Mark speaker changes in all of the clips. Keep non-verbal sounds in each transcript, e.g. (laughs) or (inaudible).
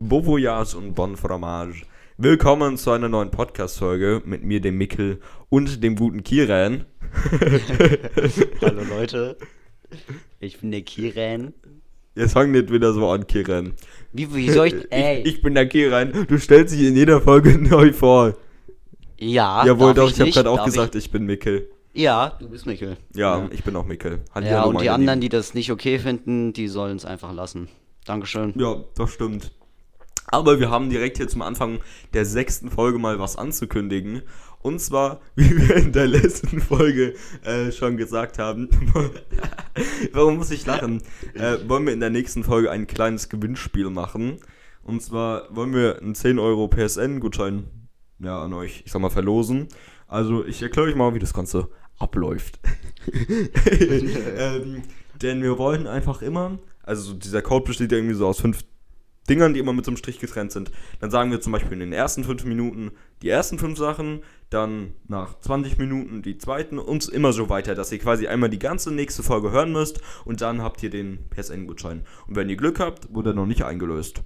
Speaker 1: Beau Voyage und Bon Fromage. Willkommen zu einer neuen Podcast-Folge mit mir, dem Mickel und dem guten Kiran.
Speaker 2: Hallo Leute, ich bin der Kiran.
Speaker 1: Jetzt fang nicht wieder so an, Kiran.
Speaker 2: Wie, wie soll ich. Ey,
Speaker 1: Ich, ich bin der Kiran. Du stellst dich in jeder Folge (laughs) neu vor.
Speaker 2: ja.
Speaker 1: Jawohl,
Speaker 2: darf
Speaker 1: doch, ich, habe
Speaker 2: nicht?
Speaker 1: gerade auch
Speaker 2: Darf ich-
Speaker 1: gesagt, ich, bin Mickel.
Speaker 2: Ja, du bist Michael.
Speaker 1: Ja, ich bin auch Mickel.
Speaker 2: Ja,
Speaker 1: Hallihallo,
Speaker 2: und die
Speaker 1: meine
Speaker 2: anderen, die das nicht okay finden, die sollen es einfach lassen. Dankeschön.
Speaker 1: Ja, das stimmt. Aber wir haben direkt hier zum Anfang der sechsten Folge mal was anzukündigen. Und zwar, (laughs) wie wir in der letzten Folge äh, schon gesagt haben, (laughs) warum muss ich lachen? Äh, wollen wir in der nächsten Folge ein kleines Gewinnspiel machen. Und zwar wollen wir einen 10 Euro PSN-Gutschein ja, an euch, ich sag mal, verlosen. Also ich erkläre euch mal, wie das Ganze abläuft. (laughs) ähm, denn wir wollen einfach immer, also so dieser Code besteht ja irgendwie so aus fünf Dingern, die immer mit so einem Strich getrennt sind. Dann sagen wir zum Beispiel in den ersten fünf Minuten die ersten fünf Sachen, dann nach 20 Minuten die zweiten und immer so weiter, dass ihr quasi einmal die ganze nächste Folge hören müsst und dann habt ihr den PSN-Gutschein. Und wenn ihr Glück habt, wurde er noch nicht eingelöst.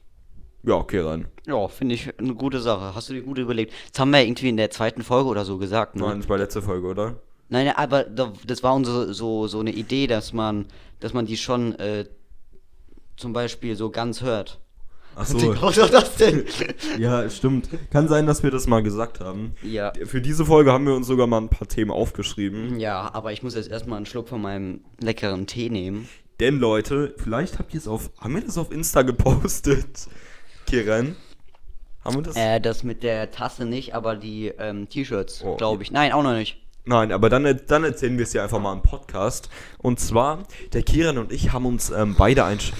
Speaker 1: Ja, okay, rein.
Speaker 2: Ja, finde ich eine gute Sache. Hast du dir gut überlegt? Das haben wir ja irgendwie in der zweiten Folge oder so gesagt, ne?
Speaker 1: Nein, das war letzte Folge, oder?
Speaker 2: Nein, aber da- das war unsere, so, so eine Idee, dass man, dass man die schon äh, zum Beispiel so ganz hört.
Speaker 1: Ach
Speaker 2: (laughs) Wie
Speaker 1: so.
Speaker 2: groß war das denn?
Speaker 1: Ja, stimmt. Kann sein, dass wir das mal gesagt haben.
Speaker 2: ja.
Speaker 1: Für diese Folge haben wir uns sogar mal ein paar Themen aufgeschrieben.
Speaker 2: Ja, aber ich muss jetzt erstmal einen Schluck von meinem leckeren Tee nehmen.
Speaker 1: Denn Leute, vielleicht habt ihr es auf. Haben wir das auf Insta gepostet? Kiran? Haben wir das?
Speaker 2: Äh, das mit der Tasse nicht, aber die ähm, T-Shirts,
Speaker 1: Oh.
Speaker 2: glaube ich. Nein, auch noch nicht.
Speaker 1: Nein, aber dann, dann erzählen wir es ja einfach mal im Podcast. Und zwar, der Kiran und ich haben uns ähm, beide ein. Sch-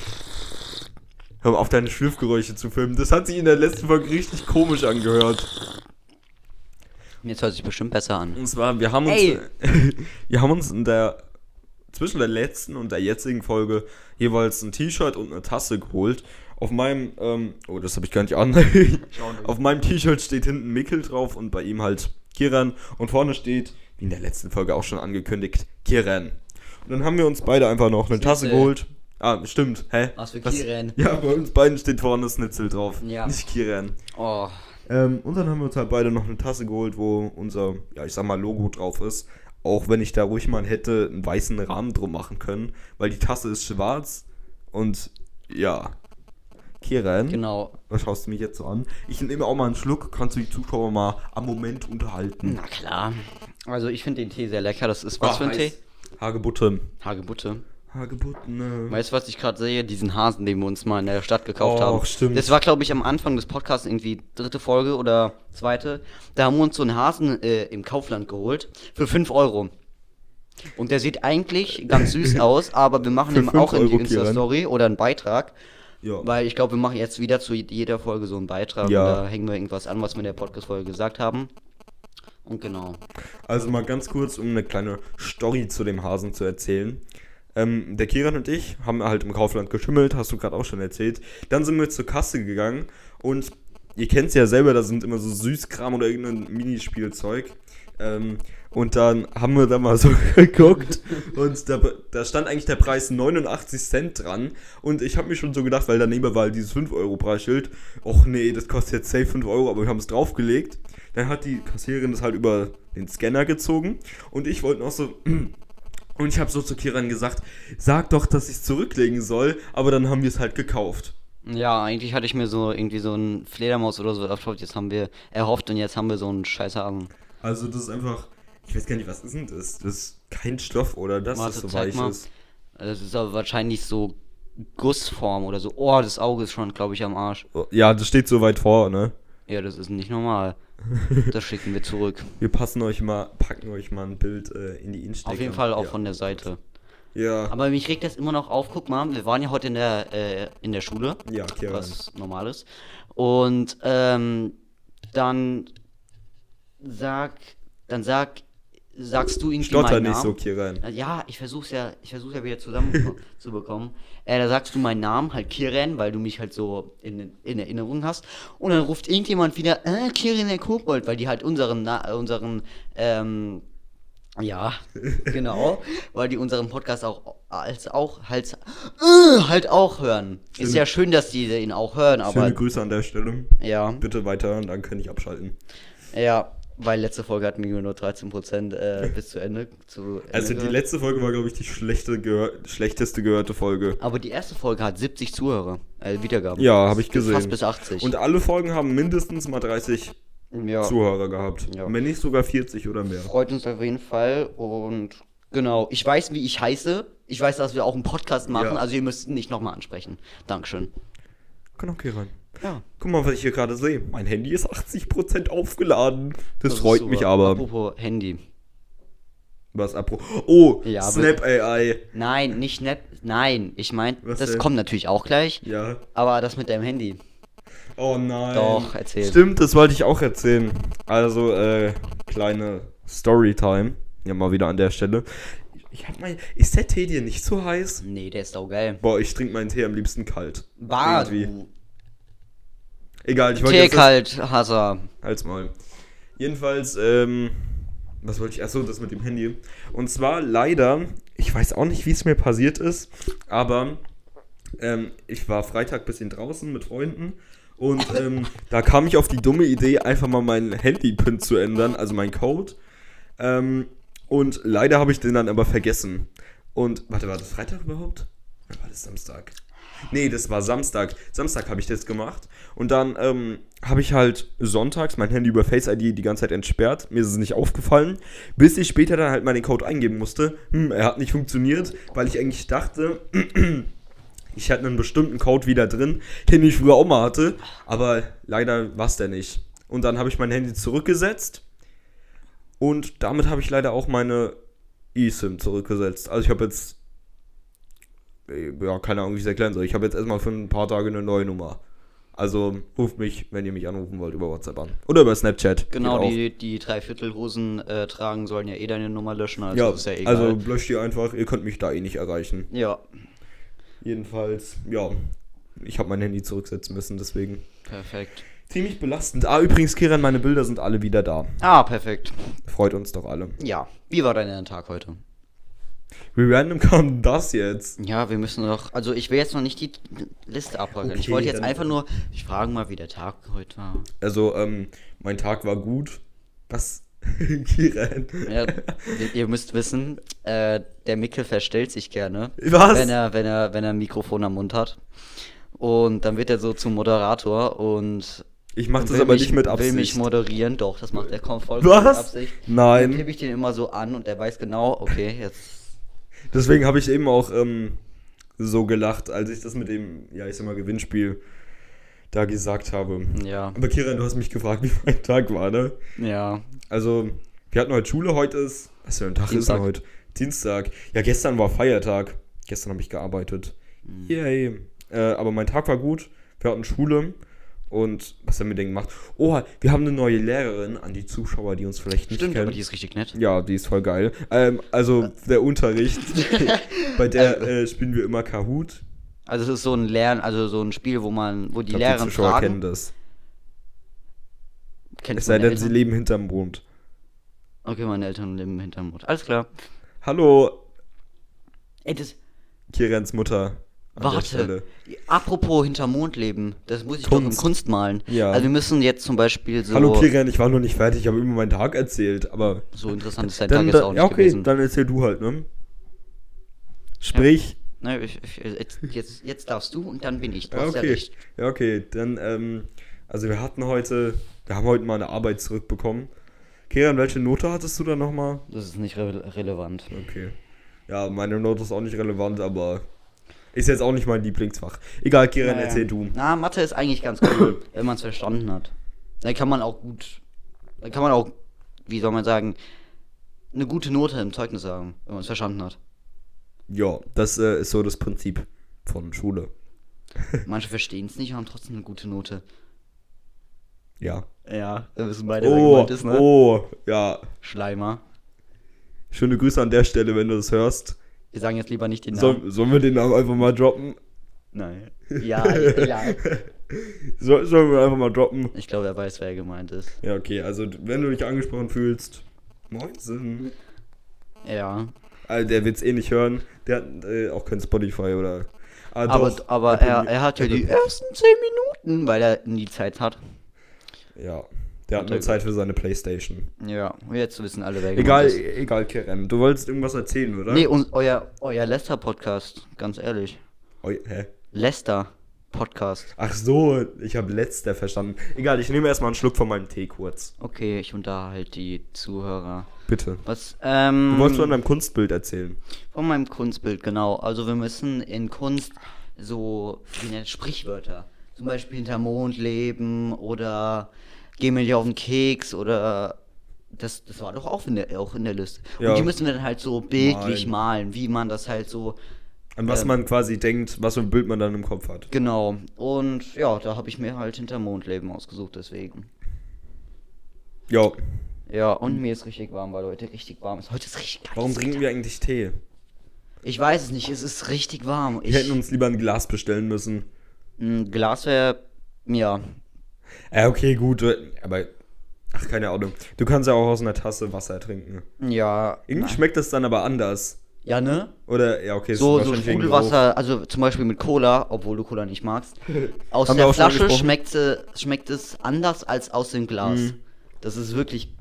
Speaker 1: Hör mal auf, deine Schlürfgeräusche zu filmen. Das hat sich in der letzten Folge richtig komisch angehört.
Speaker 2: Jetzt hört sich bestimmt besser an.
Speaker 1: Und zwar, wir haben uns.
Speaker 2: Ey.
Speaker 1: (laughs) wir haben uns in der. Zwischen der letzten und der jetzigen Folge jeweils ein T-Shirt und eine Tasse geholt. Auf meinem. Ähm, oh, das habe ich gar nicht an. Auf meinem T-Shirt steht hinten Mikkel drauf und bei ihm halt Kiran. Und vorne steht, wie in der letzten Folge auch schon angekündigt, Kiran. Und dann haben wir uns beide einfach noch eine Tasse
Speaker 2: Schnitzel.
Speaker 1: geholt. Ah, stimmt. Hä?
Speaker 2: Was für Kiran.
Speaker 1: Ja, bei uns beiden steht vorne Schnitzel drauf.
Speaker 2: Ja.
Speaker 1: Nicht Kiran.
Speaker 2: Oh,
Speaker 1: Ähm, und dann haben wir uns halt beide noch eine Tasse geholt, wo unser, ja, ich sag mal, Logo drauf ist. Auch wenn ich da ruhig mal hätte einen weißen Rahmen drum machen können, weil die Tasse ist schwarz und ja. Kiran,
Speaker 2: genau.
Speaker 1: was schaust du mich jetzt so an? Ich nehme auch mal einen Schluck, kannst du die Zuschauer mal am Moment unterhalten.
Speaker 2: Na klar. Also ich finde den Tee sehr lecker. Das ist was
Speaker 1: Ah,
Speaker 2: für ein
Speaker 1: heiß.
Speaker 2: Tee?
Speaker 1: Hagebutte.
Speaker 2: Hagebutte.
Speaker 1: Hagebutte.
Speaker 2: Weißt du, was ich gerade sehe? Diesen Hasen, den wir uns mal in der Stadt gekauft
Speaker 1: Och,
Speaker 2: haben.
Speaker 1: Oh, stimmt.
Speaker 2: Das war, glaube ich, am Anfang des Podcasts irgendwie dritte Folge oder zweite. Da haben wir uns so einen Hasen äh, im Kaufland geholt für 5 Euro. Und der sieht eigentlich
Speaker 1: (laughs)
Speaker 2: ganz süß aus, aber wir machen
Speaker 1: Für
Speaker 2: ihm auch
Speaker 1: 5
Speaker 2: in die
Speaker 1: Euro, Kieran.
Speaker 2: Insta-Story oder einen Beitrag.
Speaker 1: Ja.
Speaker 2: Weil ich glaube, wir machen jetzt wieder zu jeder Folge so einen Beitrag.
Speaker 1: Ja.
Speaker 2: Und da hängen wir irgendwas an, was wir in der Podcast-Folge gesagt haben. Und genau.
Speaker 1: Also mal ganz kurz, um eine kleine Story zu dem Hasen zu erzählen. Ähm, der Kiran und ich haben halt im Kaufland geschimmelt, hast du gerade auch schon erzählt. Dann sind wir zur Kasse gegangen und ihr kennt es ja selber, da sind immer so Süßkram oder irgendein Minispielzeug. Ähm, und dann haben wir da mal so (laughs) geguckt und da, da stand eigentlich der Preis 89 Cent dran. Und ich habe mir schon so gedacht, weil daneben war halt dieses 5-Euro-Preisschild. Och nee, das kostet jetzt safe 5 Euro, aber wir haben es draufgelegt. Dann hat die Kassiererin das halt über den Scanner gezogen und ich wollte noch so. Und ich habe so zu Kiran gesagt, sag doch, dass ich es zurücklegen soll, aber dann haben wir es halt gekauft.
Speaker 2: Ja, eigentlich hatte ich mir so irgendwie so einen Fledermaus oder so erhofft. Jetzt haben wir erhofft und jetzt haben wir so einen scheiß Hasen.
Speaker 1: Also das ist einfach, ich weiß gar nicht, was ist denn das? Das ist kein Stoff oder das
Speaker 2: Warte,
Speaker 1: ist so
Speaker 2: zeig
Speaker 1: weich
Speaker 2: mal.
Speaker 1: ist.
Speaker 2: Also, Das ist aber wahrscheinlich so Gussform oder so. Oh, das Auge ist schon, glaube ich, am Arsch.
Speaker 1: Oh, Ja, das steht so weit vor, ne?
Speaker 2: Ja, das ist
Speaker 1: (laughs)
Speaker 2: nicht normal. Das schicken wir zurück.
Speaker 1: Wir passen euch mal, packen euch mal ein Bild äh, in die Insta.
Speaker 2: Auf jeden Fall auch
Speaker 1: ja.
Speaker 2: von der Seite.
Speaker 1: Ja.
Speaker 2: Aber mich regt das immer noch auf. Guck mal, wir waren ja heute in der, äh, in der Schule.
Speaker 1: Ja, Kieran.
Speaker 2: Was Normales. Und ähm, dann sag, dann sag, sagst du irgendwie
Speaker 1: Stotter
Speaker 2: meinen
Speaker 1: nicht
Speaker 2: Namen.
Speaker 1: so, Kiran.
Speaker 2: Also Ja, ich versuch's ja, ich versuch's ja wieder zusammen (laughs) zu bekommen. Äh, da sagst du meinen Namen, halt Kiran, weil du mich halt so in, in Erinnerung hast. Und dann ruft irgendjemand wieder, äh, Kiran der Kobold, weil die halt unseren, Na äh, unseren ähm,
Speaker 1: (laughs)
Speaker 2: Ja, genau, weil die unseren Podcast auch als auch halt, äh, halt auch hören. Ist ja schön, dass die ihn auch hören, aber halt,
Speaker 1: Schöne Grüße an der Stelle.
Speaker 2: ja,
Speaker 1: Bitte weiter, dann kann ich abschalten.
Speaker 2: ja, weil letzte Folge hatten wir nur 13% äh, bis zu Ende. Zu Ende
Speaker 1: Also die
Speaker 2: gehört.
Speaker 1: letzte Folge war, glaube ich, die schlechte gehör schlechteste gehörte Folge.
Speaker 2: aber die erste Folge hat 70 Zuhörer, äh, Wiedergaben.
Speaker 1: Ja, habe ich
Speaker 2: Bis-
Speaker 1: gesehen.
Speaker 2: Fast bis 80.
Speaker 1: Und alle Folgen haben mindestens mal 30
Speaker 2: ja.
Speaker 1: Zuhörer gehabt.
Speaker 2: Ja.
Speaker 1: Wenn nicht sogar 40 oder mehr.
Speaker 2: Freut uns auf jeden Fall und genau, ich weiß, wie ich heiße. Ich weiß, dass wir auch einen Podcast machen,
Speaker 1: Ja.
Speaker 2: also ihr müsst ihn nicht nochmal ansprechen. Dankeschön.
Speaker 1: Kann auch rein.
Speaker 2: Ja.
Speaker 1: Guck mal, was ich hier gerade sehe. Mein Handy ist 80% aufgeladen. Das,
Speaker 2: ist
Speaker 1: freut
Speaker 2: super.
Speaker 1: mich aber.
Speaker 2: Apropos Handy.
Speaker 1: Was apro. Oh,
Speaker 2: Ja, aber-
Speaker 1: Snap AI.
Speaker 2: Nein, nicht nett. Nein, ich meine,
Speaker 1: Was
Speaker 2: das
Speaker 1: denn?
Speaker 2: kommt natürlich auch gleich.
Speaker 1: Ja.
Speaker 2: Aber das mit deinem Handy.
Speaker 1: Oh nein.
Speaker 2: Doch, erzähl.
Speaker 1: Stimmt, das wollte ich auch erzählen. Also, äh, kleine Storytime. Ja, mal wieder an der Stelle. Ich hab mein. Ist der Tee dir nicht so heiß?
Speaker 2: Nee, der ist saugeil.
Speaker 1: Boah, ich trinke meinen Tee am liebsten kalt.
Speaker 2: Bah,
Speaker 1: Irgendwie.
Speaker 2: du.
Speaker 1: Egal, ich wollte
Speaker 2: Tee
Speaker 1: jetzt. das-
Speaker 2: kalt, Hasa.
Speaker 1: Halt's mal. Jedenfalls, ähm, was wollte ich? Achso, das mit dem Handy. Und zwar leider, ich weiß auch nicht, wie es mir passiert ist, aber ähm, ich war Freitag bisschen draußen mit Freunden und ähm, da kam ich auf die dumme Idee, einfach mal meinen Handy-Pin zu ändern, also meinen Code. Ähm, und leider habe ich den dann aber vergessen. Und, warte, war das Freitag überhaupt? Oder war das Samstag? Nee, das war Samstag. Samstag habe ich das gemacht. Und dann ähm, habe ich halt sonntags mein Handy über Face ID die ganze Zeit entsperrt. Mir ist es nicht aufgefallen. Bis ich später dann halt meinen Code eingeben musste. Hm, er hat nicht funktioniert, weil ich eigentlich dachte, ich hatte einen bestimmten Code wieder drin, (laughs) den ich früher auch mal hatte. Aber leider war es der nicht. Und dann habe ich mein Handy zurückgesetzt. Und damit habe ich leider auch meine eSIM zurückgesetzt. Also ich habe jetzt, äh, ja, keine Ahnung, wie ich es erklären soll. Ich habe jetzt erstmal für ein paar Tage eine neue Nummer. Also ruft mich, wenn ihr mich anrufen wollt, über WhatsApp an. Oder über Snapchat.
Speaker 2: Genau,
Speaker 1: Geht auch.
Speaker 2: die, die Dreiviertelhosen äh, tragen sollen ja eh deine Nummer löschen, also
Speaker 1: ja,
Speaker 2: ist ja egal.
Speaker 1: also löscht die einfach, ihr könnt mich da eh nicht erreichen.
Speaker 2: ja,
Speaker 1: Jedenfalls, ja, ich habe mein Handy zurücksetzen müssen, deswegen.
Speaker 2: perfekt.
Speaker 1: Ziemlich belastend. Ah, übrigens, Kiran, meine Bilder sind alle wieder da.
Speaker 2: Ah, perfekt.
Speaker 1: Freut uns doch alle.
Speaker 2: Ja, wie war dein Tag heute?
Speaker 1: Wie random (laughs) kam das jetzt?
Speaker 2: Ja, wir müssen noch. Also, ich will jetzt noch nicht die Liste abhaken. ich
Speaker 1: Okay,
Speaker 2: wollte jetzt
Speaker 1: dann-
Speaker 2: einfach nur. Ich frage mal, wie der Tag heute war.
Speaker 1: Also, ähm, mein Tag war gut. Was? (laughs) Kiran.
Speaker 2: Ja, ihr- ihr müsst wissen, äh, der Mickel verstellt sich gerne.
Speaker 1: Was?
Speaker 2: Wenn er, wenn er, wenn er ein Mikrofon am Mund hat. Und dann wird er so zum Moderator und.
Speaker 1: Ich mach
Speaker 2: und
Speaker 1: das
Speaker 2: will
Speaker 1: aber
Speaker 2: mich-
Speaker 1: nicht mit
Speaker 2: Will
Speaker 1: Absicht.
Speaker 2: mich moderieren, doch, das macht er kaum voll mit
Speaker 1: Was?
Speaker 2: Absicht.
Speaker 1: Nein.
Speaker 2: Dann klebe ich den immer so an und er weiß genau, okay, jetzt.
Speaker 1: Deswegen habe ich eben auch ähm, so gelacht, als ich das mit dem, ja, ich sag mal, Gewinnspiel da gesagt habe.
Speaker 2: Ja.
Speaker 1: Aber Kiran, du hast mich gefragt, (laughs) wie mein Tag war, ne?
Speaker 2: Ja.
Speaker 1: Also, wir hatten heute Schule, heute ist. Was für ein Tag ist
Speaker 2: Dienstag.
Speaker 1: denn heute? Dienstag. Ja, gestern war Feiertag. Gestern habe ich gearbeitet.
Speaker 2: Mhm.
Speaker 1: Yay. Äh, aber mein Tag war gut. Wir hatten Schule. Und was haben wir denn gemacht? Oh, wir haben eine neue Lehrerin an die Zuschauer, die uns vielleicht nicht
Speaker 2: Stimmt,
Speaker 1: kennen.
Speaker 2: aber die ist richtig nett.
Speaker 1: Ja, die ist voll geil. Ähm, also der
Speaker 2: (laughs)
Speaker 1: Unterricht, bei der äh, spielen wir immer Kahoot.
Speaker 2: Also es ist so ein Lern, also so ein Spiel, wo man, wo
Speaker 1: Ich
Speaker 2: die
Speaker 1: glaub,
Speaker 2: Lehrerin
Speaker 1: die Zuschauer
Speaker 2: fragen.
Speaker 1: kennen das.
Speaker 2: Kennt
Speaker 1: Es sei
Speaker 2: meine
Speaker 1: denn, sie
Speaker 2: Eltern?
Speaker 1: leben hinterm Mond.
Speaker 2: Okay, meine Eltern leben hinterm Mond. Alles klar.
Speaker 1: Hallo,
Speaker 2: Ey, das.
Speaker 1: Kirens Mutter. an der
Speaker 2: Warte.
Speaker 1: Stelle.
Speaker 2: Apropos hinterm Mond leben, das muss ich doch
Speaker 1: Kunst.
Speaker 2: in Kunst malen.
Speaker 1: Ja.
Speaker 2: Also wir müssen jetzt zum Beispiel so,
Speaker 1: Hallo Kiren, ich war noch nicht fertig, ich habe immer meinen Tag erzählt, aber.
Speaker 2: so interessant ist dein Tag
Speaker 1: Dann,
Speaker 2: jetzt auch
Speaker 1: dann,
Speaker 2: nicht
Speaker 1: ja, okay,
Speaker 2: gewesen.
Speaker 1: dann erzähl du halt, ne? Sprich.
Speaker 2: Nein, Ne, ich, ich, jetzt, jetzt, jetzt darfst du und dann bin ich. Du
Speaker 1: Ja,
Speaker 2: hast ja
Speaker 1: okay.
Speaker 2: recht.
Speaker 1: Ja, okay. Dann, ähm, also wir hatten heute, wir haben heute mal eine Arbeit zurückbekommen. Kiran, welche Note hattest du da nochmal?
Speaker 2: Das ist nicht re relevant.
Speaker 1: Okay. Ja, meine Note ist auch nicht relevant, aber ist jetzt auch nicht mein Lieblingsfach. Egal, Kiran,
Speaker 2: Naja.
Speaker 1: erzähl du.
Speaker 2: Na, Mathe ist eigentlich ganz (coughs) cool, wenn man es verstanden hat. Dann kann man auch gut, dann kann man auch, wie soll man sagen, eine gute Note im Zeugnis sagen, wenn man es verstanden (laughs) hat.
Speaker 1: Ja, das äh, ist so das Prinzip von Schule.
Speaker 2: Manche verstehen es nicht und haben trotzdem eine gute Note.
Speaker 1: Ja.
Speaker 2: Ja, wir wissen beide, wer
Speaker 1: Oh,
Speaker 2: gemeint ist, ne?
Speaker 1: oh, ja.
Speaker 2: Schleimer.
Speaker 1: Schöne Grüße an der Stelle, wenn du das hörst.
Speaker 2: Wir sagen jetzt lieber nicht den Namen.
Speaker 1: Soll, sollen wir den Namen einfach mal droppen?
Speaker 2: Nein. Ja, (laughs) ja.
Speaker 1: Soll, sollen wir einfach mal droppen?
Speaker 2: Ich glaube, er weiß, wer gemeint ist.
Speaker 1: Ja, okay, also wenn du dich angesprochen fühlst, moin.
Speaker 2: Ja.
Speaker 1: Also der wird's eh nicht hören. Der hat äh, auch kein Spotify oder. Ah,
Speaker 2: Aber,
Speaker 1: doch,
Speaker 2: aber
Speaker 1: Apple
Speaker 2: er,
Speaker 1: Mu-
Speaker 2: er hat ja
Speaker 1: Apple-
Speaker 2: die ersten 10 Minuten, weil er nie Zeit hat.
Speaker 1: Ja. Der hat
Speaker 2: Hat
Speaker 1: nur
Speaker 2: er-
Speaker 1: Zeit für seine Playstation.
Speaker 2: Ja, und jetzt wissen alle, wer gemeint
Speaker 1: Egal,
Speaker 2: ist.
Speaker 1: egal, Kerem. Du wolltest irgendwas erzählen, oder?
Speaker 2: genau, Nee, und euer, euer Lester-Podcast, ganz ehrlich.
Speaker 1: Oh, hä?
Speaker 2: Lester-Podcast.
Speaker 1: Ach so, ich habe letzter verstanden. Egal, ich nehme erstmal einen Schluck von meinem Tee kurz.
Speaker 2: Okay, ich unterhalte die Zuhörer.
Speaker 1: Bitte.
Speaker 2: Was,
Speaker 1: Du
Speaker 2: ähm,
Speaker 1: wolltest von deinem Kunstbild erzählen.
Speaker 2: von meinem Kunstbild, genau. Also wir müssen in Kunst so, wie nennt Sprichwörter. Zum Beispiel hinter Mond leben oder geh mir nicht auf den Keks oder das, das war doch auch in der, auch in der Liste.
Speaker 1: Ja.
Speaker 2: Und die müssen wir dann halt so bildlich
Speaker 1: Malen.
Speaker 2: malen, wie man das halt so
Speaker 1: An was
Speaker 2: Ähm.
Speaker 1: man quasi denkt, was für ein Bild man dann im Kopf hat.
Speaker 2: Genau. Und ja, da habe ich mir halt hinter Mondleben ausgesucht, deswegen.
Speaker 1: Ja.
Speaker 2: Ja, und mir ist richtig warm, weil heute richtig warm ist. Heute ist richtig kalt.
Speaker 1: Warum trinken wir eigentlich Tee?
Speaker 2: Ich weiß es nicht, es ist richtig warm.
Speaker 1: Wir
Speaker 2: Ich,
Speaker 1: hätten uns lieber ein Glas bestellen müssen.
Speaker 2: ein Glas wäre, ja,
Speaker 1: Äh, okay, gut, äh, aber. Ach, keine Ahnung. Du kannst ja auch aus einer Tasse Wasser trinken.
Speaker 2: ja.
Speaker 1: Irgendwie
Speaker 2: na-
Speaker 1: schmeckt das dann aber anders.
Speaker 2: Ja, ne?
Speaker 1: Oder, ja, okay, es
Speaker 2: So,
Speaker 1: ist
Speaker 2: so
Speaker 1: wahrscheinlich wegen
Speaker 2: Sprudelwasser, also zum Beispiel mit Cola, obwohl du Cola
Speaker 1: (laughs)
Speaker 2: nicht magst. Aus
Speaker 1: Haben wir
Speaker 2: der
Speaker 1: auch schon
Speaker 2: Flasche
Speaker 1: gesprochen.
Speaker 2: schmeckt, sie- schmeckt es anders als aus dem Glas.
Speaker 1: Mhm.
Speaker 2: Das ist wirklich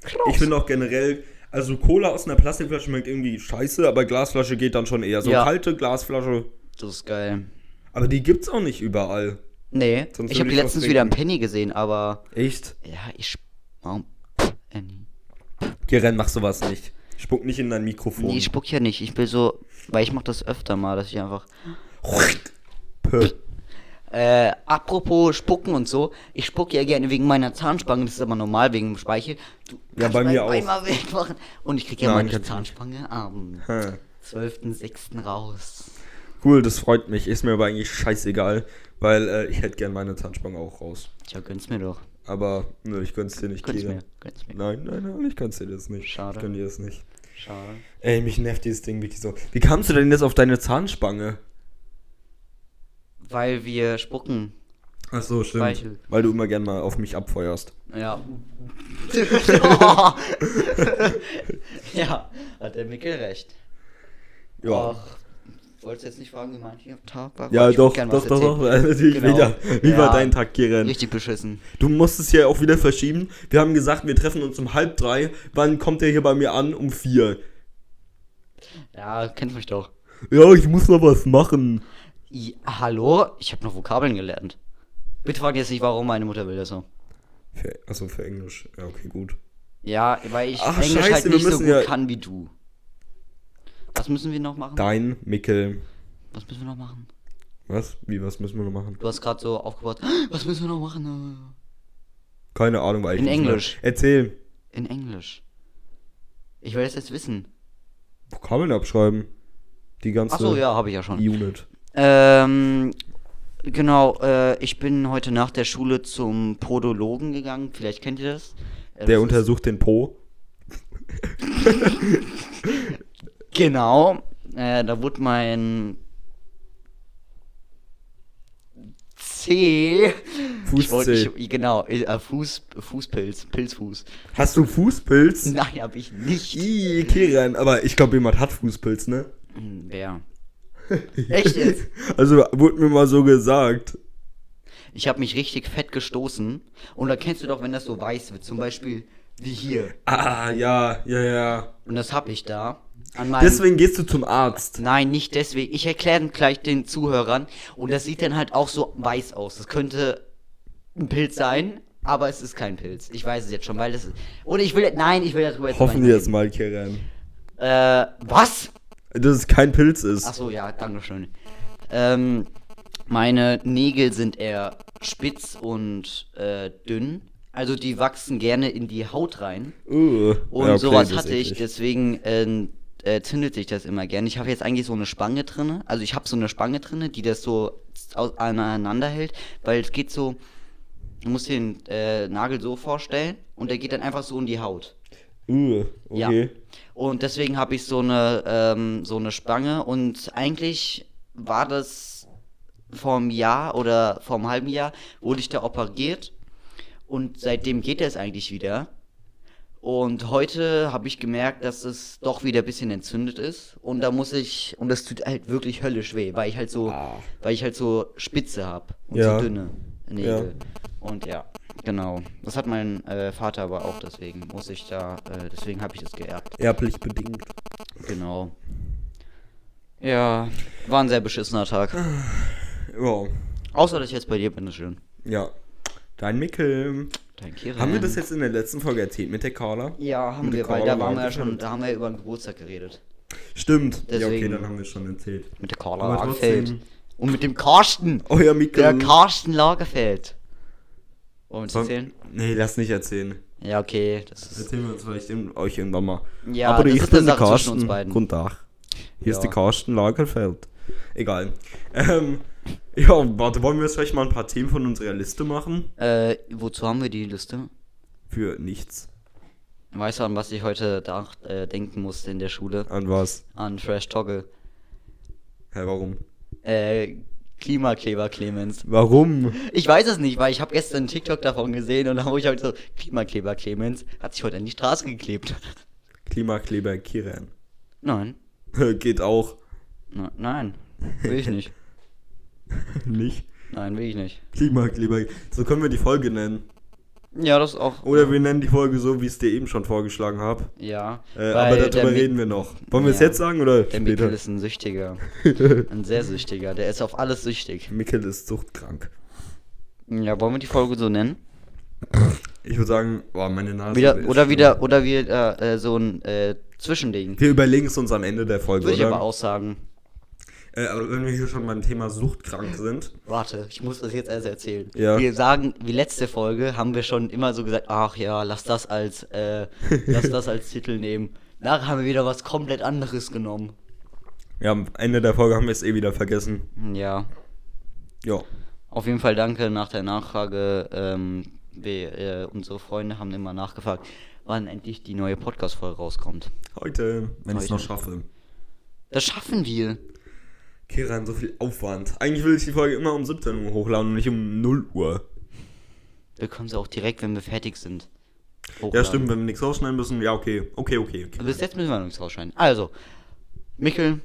Speaker 2: krass.
Speaker 1: Geruch. Ich finde auch generell. Also, Cola aus einer Plastikflasche schmeckt irgendwie scheiße, aber Glasflasche geht dann schon eher. So
Speaker 2: Ja.
Speaker 1: kalte Glasflasche.
Speaker 2: das ist geil.
Speaker 1: Aber die gibt's auch nicht überall.
Speaker 2: Nee,
Speaker 1: Sonst
Speaker 2: ich
Speaker 1: würde
Speaker 2: habe die
Speaker 1: ich was
Speaker 2: letztens wieder im
Speaker 1: trinken.
Speaker 2: Penny gesehen, aber
Speaker 1: Echt?
Speaker 2: Ja, ich. sp- Warum? Äh,
Speaker 1: Geren, mach sowas nicht. Spuck nicht in dein Mikrofon.
Speaker 2: Nee, ich spuck ja nicht. Ich will so. Weil ich mach das öfter mal, dass ich einfach.
Speaker 1: Puh.
Speaker 2: Äh, apropos Spucken und so. Ich spuck ja gerne wegen meiner Zahnspange. Das ist aber normal wegen dem Speichel. Du kannst
Speaker 1: bei
Speaker 2: mein
Speaker 1: mir auch.
Speaker 2: Bein mal wegmachen. Und ich krieg ja
Speaker 1: Nein,
Speaker 2: meine
Speaker 1: kannst du
Speaker 2: Zahnspange am
Speaker 1: Hm.
Speaker 2: 12.06. raus.
Speaker 1: Cool, das freut mich. Ist mir aber eigentlich scheißegal, weil äh, ich hätte gern meine Zahnspange auch raus.
Speaker 2: Tja, gönn's mir doch.
Speaker 1: Aber nö, ich gönn's dir nicht,
Speaker 2: Gönn's
Speaker 1: Kira.
Speaker 2: mir. Gönn's mir.
Speaker 1: Nein, nein, nein, ich gönn's dir das nicht.
Speaker 2: Schade.
Speaker 1: Ich gönn dir das nicht.
Speaker 2: Schade.
Speaker 1: Ey, mich nervt dieses Ding wirklich so. Wie kamst du denn jetzt auf deine Zahnspange?
Speaker 2: Weil wir spucken.
Speaker 1: Ach so, stimmt.
Speaker 2: Speichel.
Speaker 1: Weil du immer gern mal auf mich abfeuerst. (laughs)
Speaker 2: Ja. ja, hat der Mickel recht.
Speaker 1: Ja.
Speaker 2: Ach, wolltest jetzt nicht fragen, wie mein Tag war?
Speaker 1: Ja,
Speaker 2: aber ich würd
Speaker 1: doch,
Speaker 2: gern
Speaker 1: doch,
Speaker 2: was
Speaker 1: doch, doch,
Speaker 2: erzählen.
Speaker 1: äh, (laughs) natürlich
Speaker 2: Genau.
Speaker 1: wieder. Wie war
Speaker 2: Ja.
Speaker 1: dein Tag, Kiren?
Speaker 2: Richtig beschissen.
Speaker 1: Du musstest ja auch wieder verschieben. Wir haben gesagt, wir treffen uns um halb drei. Wann kommt der hier bei mir an? Um vier.
Speaker 2: Ja, kennt mich doch.
Speaker 1: Ja, ich muss noch was machen.
Speaker 2: I, hallo? Ich habe noch Vokabeln gelernt. Bitte frag jetzt nicht, warum meine Mutter will das so.
Speaker 1: Für, also für Englisch. Ja, okay, gut.
Speaker 2: Ja, weil ich
Speaker 1: Ach,
Speaker 2: Englisch
Speaker 1: scheiße,
Speaker 2: halt
Speaker 1: wir
Speaker 2: nicht so
Speaker 1: müssen
Speaker 2: gut
Speaker 1: ja-
Speaker 2: kann wie du. Was müssen wir noch machen?
Speaker 1: Dein Mickel.
Speaker 2: Was müssen wir noch machen?
Speaker 1: Was? Wie, was müssen wir noch machen?
Speaker 2: Du hast gerade so aufgebaut. (gasps) Was müssen wir noch machen?
Speaker 1: Keine Ahnung, weil ich.
Speaker 2: In
Speaker 1: nicht mehr-
Speaker 2: Englisch.
Speaker 1: Erzähl.
Speaker 2: In Englisch. Ich will das jetzt wissen.
Speaker 1: Vokabeln abschreiben. Die ganze
Speaker 2: Achso, ja, habe ich ja schon.
Speaker 1: Unit.
Speaker 2: Ähm, genau, äh, ich bin heute nach der Schule zum Podologen gegangen. Vielleicht kennt ihr das. Äh,
Speaker 1: Der
Speaker 2: das
Speaker 1: untersucht den Po.
Speaker 2: ist- Genau, äh, da wurde mein C. Ich wollte
Speaker 1: Fußzeh.
Speaker 2: nicht- genau, äh, Fuß, Fußpilz, Pilzfuß.
Speaker 1: Hast du Fußpilz?
Speaker 2: Nein, habe ich nicht.
Speaker 1: Ih, Kiran. Aber ich glaube, jemand hat Fußpilz, ne?
Speaker 2: Hm, Wer? Echt jetzt?
Speaker 1: (laughs) Also wurde mir mal so gesagt.
Speaker 2: Ich habe mich richtig fett gestoßen. Und da kennst du doch, wenn das so weiß wird. Zum Beispiel wie hier.
Speaker 1: Ah, ja, ja, ja.
Speaker 2: Und das habe ich da. An meinem
Speaker 1: Deswegen gehst du zum Arzt.
Speaker 2: Nein, nicht deswegen. Ich erkläre gleich den Zuhörern. Und das sieht dann halt auch so weiß aus. Das könnte ein Pilz sein, aber es ist kein Pilz. Ich weiß es jetzt schon, weil das ist. Und ich will. Nein, ich will darüber jetzt
Speaker 1: Hoffen
Speaker 2: nicht
Speaker 1: wir
Speaker 2: reden.
Speaker 1: es mal, Kiran.
Speaker 2: Äh, was?
Speaker 1: Dass es kein Pilz ist.
Speaker 2: Achso, ja, Dankeschön. Ähm, meine Nägel sind eher spitz und äh, dünn. Also die wachsen gerne in die Haut rein.
Speaker 1: Uh.
Speaker 2: Und
Speaker 1: Ja, okay,
Speaker 2: sowas
Speaker 1: das ist
Speaker 2: hatte ich,
Speaker 1: eklig.
Speaker 2: deswegen ähm, äh, zündet sich das immer gern. Ich habe jetzt eigentlich so eine Spange drinne, also ich habe so eine Spange drinne, die das so au- aneinander hält, weil es geht so, du musst dir den äh, Nagel so vorstellen und der geht dann einfach so in die Haut.
Speaker 1: Uh, okay.
Speaker 2: Ja. Und deswegen habe ich so eine, ähm, so eine Spange und eigentlich war das vorm Jahr oder vorm halben Jahr wurde ich da operiert und seitdem geht das eigentlich wieder. Und heute habe ich gemerkt, dass es doch wieder ein bisschen entzündet ist. Und da muss ich, und das tut halt wirklich höllisch weh, weil ich halt so,
Speaker 1: Ah.
Speaker 2: weil ich halt so Spitze habe und
Speaker 1: Ja.
Speaker 2: so dünne Nägel.
Speaker 1: Ja.
Speaker 2: Und ja, genau. Das hat mein äh, Vater aber auch, deswegen muss ich da, äh, deswegen habe ich das geerbt.
Speaker 1: Erblich bedingt.
Speaker 2: Genau. Ja, war ein sehr
Speaker 1: (laughs)
Speaker 2: beschissener Tag.
Speaker 1: Ja.
Speaker 2: Außer, dass ich jetzt bei dir bin, ist schön.
Speaker 1: Ja. Dein Mickel.
Speaker 2: Dein Kiran.
Speaker 1: Haben wir das jetzt in der letzten Folge erzählt mit der Carla?
Speaker 2: Ähm. Ja, haben
Speaker 1: Mit
Speaker 2: wir,
Speaker 1: der
Speaker 2: weil
Speaker 1: Carla
Speaker 2: da waren wir ja
Speaker 1: Wagner?
Speaker 2: schon, da haben wir ja über den Geburtstag geredet.
Speaker 1: Stimmt. Ja, okay,
Speaker 2: Deswegen-
Speaker 1: dann haben wir es schon erzählt.
Speaker 2: Mit der Carla
Speaker 1: Aber
Speaker 2: Lagerfeld.
Speaker 1: trotzdem. Genau.
Speaker 2: Und mit dem Carsten.
Speaker 1: Euer Mickel.
Speaker 2: Der Carsten Lagerfeld. Wollen wir uns
Speaker 1: Soll-
Speaker 2: erzählen?
Speaker 1: Nee, lass nicht erzählen.
Speaker 2: Ja, okay. Das ist,
Speaker 1: Erzählen wir uns vielleicht in, euch irgendwann mal.
Speaker 2: Ja,
Speaker 1: Aber
Speaker 2: das
Speaker 1: ich
Speaker 2: ist eine
Speaker 1: bin der
Speaker 2: Sache zwischen uns
Speaker 1: Carsten.
Speaker 2: beiden.
Speaker 1: Guten Tag. Hier
Speaker 2: Ja.
Speaker 1: ist der Carsten Lagerfeld. Egal. Ähm, ja, warte, wollen wir jetzt vielleicht mal ein paar Themen von unserer Liste machen?
Speaker 2: äh, wozu haben wir die Liste?
Speaker 1: Für nichts.
Speaker 2: Weißt du, an was ich heute da, äh, denken musste in der Schule?
Speaker 1: An was?
Speaker 2: An Fresh Toggle.
Speaker 1: Hä, warum?
Speaker 2: Äh, Klimakleber Clemens.
Speaker 1: Warum?
Speaker 2: Ich weiß es nicht, weil ich habe gestern einen TikTok davon gesehen und da habe ich halt so, Klimakleber Clemens hat sich heute an die Straße geklebt. (laughs)
Speaker 1: Klimakleber Kiran. (laughs)
Speaker 2: Nein.
Speaker 1: Geht auch.
Speaker 2: Ne- nein. Will ich nicht.
Speaker 1: (laughs) Nicht?
Speaker 2: Nein, will ich nicht.
Speaker 1: Klimakleber. So können wir die Folge nennen.
Speaker 2: Ja, das ist auch.
Speaker 1: Oder wir nennen die Folge so, wie ich es dir eben schon vorgeschlagen habe.
Speaker 2: Ja.
Speaker 1: Äh,
Speaker 2: weil
Speaker 1: aber
Speaker 2: der
Speaker 1: darüber
Speaker 2: Mi-
Speaker 1: reden wir noch. Wollen wir es
Speaker 2: Ja.
Speaker 1: jetzt sagen oder
Speaker 2: Der
Speaker 1: später?
Speaker 2: Mikkel ist ein Süchtiger.
Speaker 1: (laughs)
Speaker 2: Ein sehr Süchtiger. Der ist auf alles süchtig.
Speaker 1: Mikkel ist suchtkrank.
Speaker 2: Ja, wollen wir die Folge so nennen?
Speaker 1: Ich würde sagen, boah, meine Nase.
Speaker 2: Wieder,
Speaker 1: Also ist
Speaker 2: oder
Speaker 1: schon-
Speaker 2: wieder, oder wieder äh, so ein äh, Zwischending.
Speaker 1: Wir überlegen es uns am Ende der Folge,
Speaker 2: Würde ich
Speaker 1: oder?
Speaker 2: aber auch sagen.
Speaker 1: Äh, aber wenn wir hier schon beim Thema suchtkrank sind.
Speaker 2: Warte, ich muss das jetzt erst erzählen.
Speaker 1: Ja.
Speaker 2: Wir sagen, wie letzte Folge haben wir schon immer so gesagt, ach ja, lass das als, äh, lass das als Titel nehmen. Nachher haben wir wieder was komplett anderes genommen.
Speaker 1: Ja, am Ende der Folge haben wir es eh wieder vergessen.
Speaker 2: Ja.
Speaker 1: Ja.
Speaker 2: Auf jeden Fall danke nach der Nachfrage. Ähm, wir, äh, unsere Freunde haben immer nachgefragt, wann endlich die neue Podcast-Folge rauskommt.
Speaker 1: Heute, wenn ich es
Speaker 2: Heute.
Speaker 1: noch schaffe.
Speaker 2: Das schaffen wir.
Speaker 1: Kiran, so viel Aufwand. Eigentlich will ich die Folge immer um 17 Uhr hochladen und nicht um 0 Uhr.
Speaker 2: Wir können sie auch direkt, wenn wir fertig sind.
Speaker 1: Ja,
Speaker 2: hochladen.
Speaker 1: stimmt, wenn wir nichts rausschneiden müssen. Ja, okay. Okay, okay. okay.
Speaker 2: Bis jetzt müssen wir noch nichts rausschneiden. Also, Mikkel,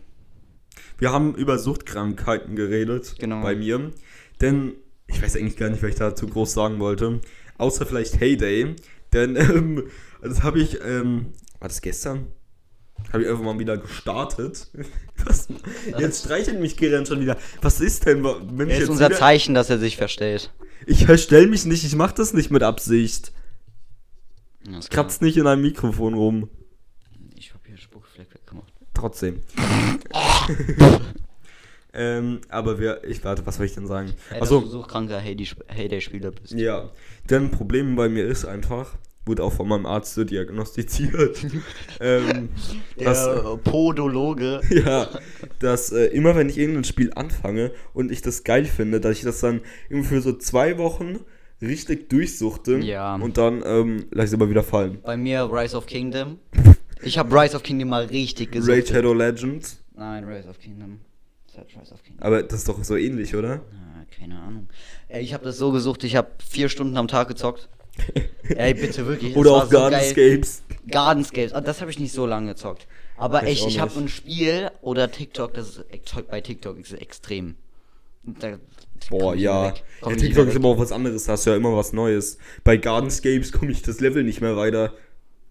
Speaker 1: Wir haben über Suchtkrankheiten geredet
Speaker 2: Genau.
Speaker 1: bei mir. Denn ich weiß eigentlich gar nicht, was ich dazu groß sagen wollte. Außer vielleicht Heyday. Denn (laughs) ähm, das habe ich, ähm, war das gestern? Habe ich irgendwann wieder gestartet. (laughs) Was? Jetzt streichelt mich Kiran schon wieder. Was ist denn? wa- Bin
Speaker 2: er
Speaker 1: ich
Speaker 2: ist
Speaker 1: jetzt
Speaker 2: unser
Speaker 1: wieder?
Speaker 2: Zeichen, dass er sich verstellt.
Speaker 1: Ich verstell mich nicht, ich mache das nicht mit Absicht.
Speaker 2: Das
Speaker 1: Kratzt nicht in einem Mikrofon rum.
Speaker 2: Ich hab hier Spuckfleck weggemacht.
Speaker 1: Trotzdem. ähm, aber wir, ich warte, was soll ich denn sagen?
Speaker 2: Ey,
Speaker 1: Achso,
Speaker 2: dass du Also suchtkranker Heyday-Spieler bist.
Speaker 1: Ja, denn Problem bei mir ist einfach, wurde auch von meinem Arzt so diagnostiziert,
Speaker 2: (laughs)
Speaker 1: ähm, dass,
Speaker 2: Podologe.
Speaker 1: (laughs) ja, dass äh, immer wenn ich irgendein Spiel anfange und ich das geil finde, dass ich das dann irgendwie für so zwei Wochen richtig durchsuchte
Speaker 2: Ja.
Speaker 1: und dann ähm, lasse ich es aber wieder fallen.
Speaker 2: (laughs) Bei mir Rise
Speaker 1: (laughs)
Speaker 2: of Kingdom. Ich hab Rise of Kingdom mal richtig
Speaker 1: Raid
Speaker 2: gesucht.
Speaker 1: Shadow Legends,
Speaker 2: Nein, Rise of Kingdom. Das heißt Rise of Kingdom.
Speaker 1: aber das ist doch so ähnlich,
Speaker 2: (laughs)
Speaker 1: oder?
Speaker 2: Ah, keine Ahnung. Ey, ich hab das so gesucht, ich hab vier Stunden am
Speaker 1: (laughs)
Speaker 2: Tag gezockt. Ey, bitte wirklich. das
Speaker 1: Oder
Speaker 2: war
Speaker 1: auch Gardenscapes.
Speaker 2: Gardenscapes, ah, das habe ich nicht so lange gezockt. Aber
Speaker 1: Ich
Speaker 2: echt,
Speaker 1: auch
Speaker 2: ich habe
Speaker 1: nicht.
Speaker 2: ein Spiel oder TikTok, das ist ex- bei TikTok ist es extrem. Da
Speaker 1: Boah,
Speaker 2: komm ich
Speaker 1: ja.
Speaker 2: nicht weg. Komm
Speaker 1: ja.
Speaker 2: ich nicht
Speaker 1: TikTok ist
Speaker 2: weg.
Speaker 1: immer auch was anderes, da hast du ja immer was Neues. Bei Gardenscapes komme ich das Level nicht mehr weiter.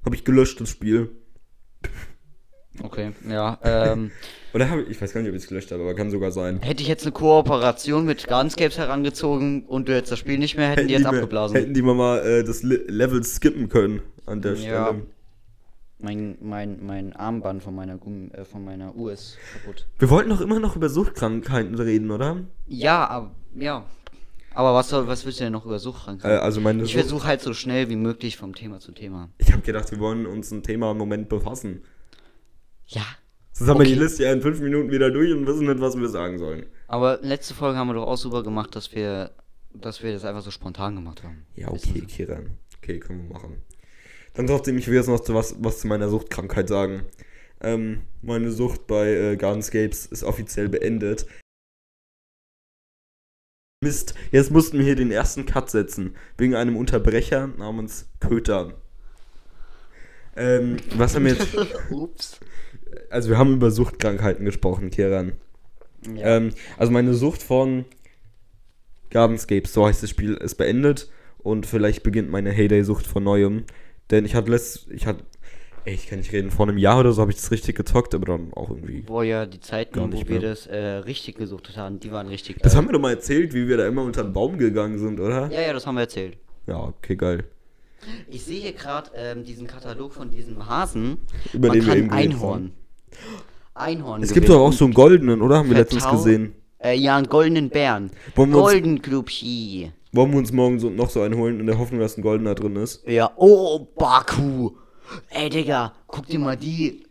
Speaker 1: Habe ich gelöscht, das Spiel.
Speaker 2: Okay, ja. Ähm, (laughs)
Speaker 1: Oder habe ich, ich weiß gar nicht, ob ich es gelöscht habe, aber kann sogar sein.
Speaker 2: hätte ich jetzt eine Kooperation mit Gardenscapes herangezogen und du hättest das Spiel nicht mehr, hätten die jetzt
Speaker 1: mal-
Speaker 2: abgeblasen.
Speaker 1: hätten die mal, mal äh, das Le Level skippen können an der
Speaker 2: Ja.
Speaker 1: Stelle.
Speaker 2: Mein, mein, mein Armband von meiner, Gumm, äh, von meiner Uhr ist kaputt.
Speaker 1: Wir wollten doch immer noch über Suchtkrankheiten reden, oder?
Speaker 2: Ja, aber, ja. Aber was, soll, was willst du denn noch über Suchtkrankheiten?
Speaker 1: Äh, also meine
Speaker 2: ich
Speaker 1: Sucht.
Speaker 2: versuche halt so schnell wie möglich vom Thema zu Thema.
Speaker 1: Ich habe gedacht, wir wollen uns ein Thema im Moment befassen.
Speaker 2: Ja,
Speaker 1: Sonst haben wir die
Speaker 2: Okay.
Speaker 1: Liste ja in fünf Minuten wieder durch und wissen nicht, was wir sagen sollen.
Speaker 2: Aber letzte Folge haben wir doch auch super gemacht, dass wir, dass wir das einfach so spontan
Speaker 1: (laughs)
Speaker 2: gemacht haben.
Speaker 1: Ja,
Speaker 2: Wissen
Speaker 1: okay,
Speaker 2: Sie.
Speaker 1: Kiran. Okay, können wir machen. Dann trotzdem, ich will jetzt noch zu was, was zu meiner Suchtkrankheit sagen. Ähm, meine Sucht bei äh, Gardenscapes ist offiziell beendet. Mist, jetzt mussten wir hier den ersten Cut setzen. Wegen einem Unterbrecher namens Köter. Ähm, was haben wir
Speaker 2: (laughs)
Speaker 1: jetzt.
Speaker 2: Ups.
Speaker 1: Also, wir haben über Suchtkrankheiten gesprochen, Keran.
Speaker 2: Ja.
Speaker 1: Ähm, also, meine Sucht von Gardenscapes, so heißt das Spiel, ist beendet. Und vielleicht beginnt meine Heyday-Sucht von neuem. Denn ich hatte letzt. Ich hatte. Ey, ich kann nicht reden. Vor einem Jahr oder so habe ich das richtig gezockt, aber dann auch irgendwie.
Speaker 2: Wo ja die Zeiten,
Speaker 1: Gar
Speaker 2: wo
Speaker 1: nicht
Speaker 2: wir
Speaker 1: mehr.
Speaker 2: das äh, richtig gesuchtet haben, die waren richtig
Speaker 1: Das
Speaker 2: geil.
Speaker 1: haben wir doch mal erzählt, wie wir da immer unter den Baum gegangen sind, oder?
Speaker 2: ja, ja, das haben wir erzählt.
Speaker 1: Ja, okay, geil.
Speaker 2: Ich sehe hier gerade ähm, diesen Katalog von diesem Hasen.
Speaker 1: Über
Speaker 2: Man
Speaker 1: den wir
Speaker 2: kann
Speaker 1: eben geredet
Speaker 2: Einhorn. Einhorn.
Speaker 1: Es gibt
Speaker 2: gewinnen.
Speaker 1: doch auch so einen goldenen, oder? Haben wir letztens
Speaker 2: Vertau-
Speaker 1: gesehen.
Speaker 2: Äh, ja, einen goldenen Bären.
Speaker 1: Wollen wir uns-
Speaker 2: Golden Glubschi.
Speaker 1: Wollen wir uns morgen so, noch so einen holen in der Hoffnung, dass ein goldener drin ist?
Speaker 2: Ja, oh, Baku. Ey, Digga, guck dir mal die.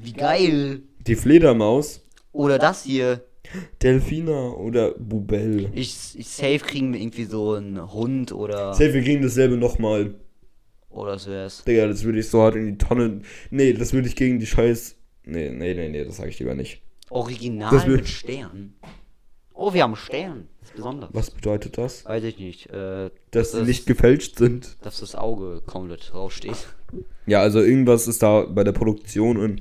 Speaker 2: Wie geil.
Speaker 1: Die Fledermaus,
Speaker 2: Oder das hier.
Speaker 1: Delfina oder Bubel.
Speaker 2: Ich, ich safe kriegen wir irgendwie so einen Hund oder.
Speaker 1: Safe, wir kriegen dasselbe nochmal.
Speaker 2: Oder so wär's.
Speaker 1: Digga, das würde ich so hart in die Tonne. Nee, das würde ich gegen die Scheiß. Nee, nee, nee, nee, das sage ich lieber nicht.
Speaker 2: Original
Speaker 1: Das wär-
Speaker 2: mit Stern. Oh, wir haben Stern. Das ist besonders.
Speaker 1: Was bedeutet das?
Speaker 2: Weiß ich nicht. Äh,
Speaker 1: Dass sie
Speaker 2: das-
Speaker 1: nicht gefälscht sind.
Speaker 2: dass das Auge komplett draufsteht.
Speaker 1: Ja, also irgendwas ist da bei der Produktion in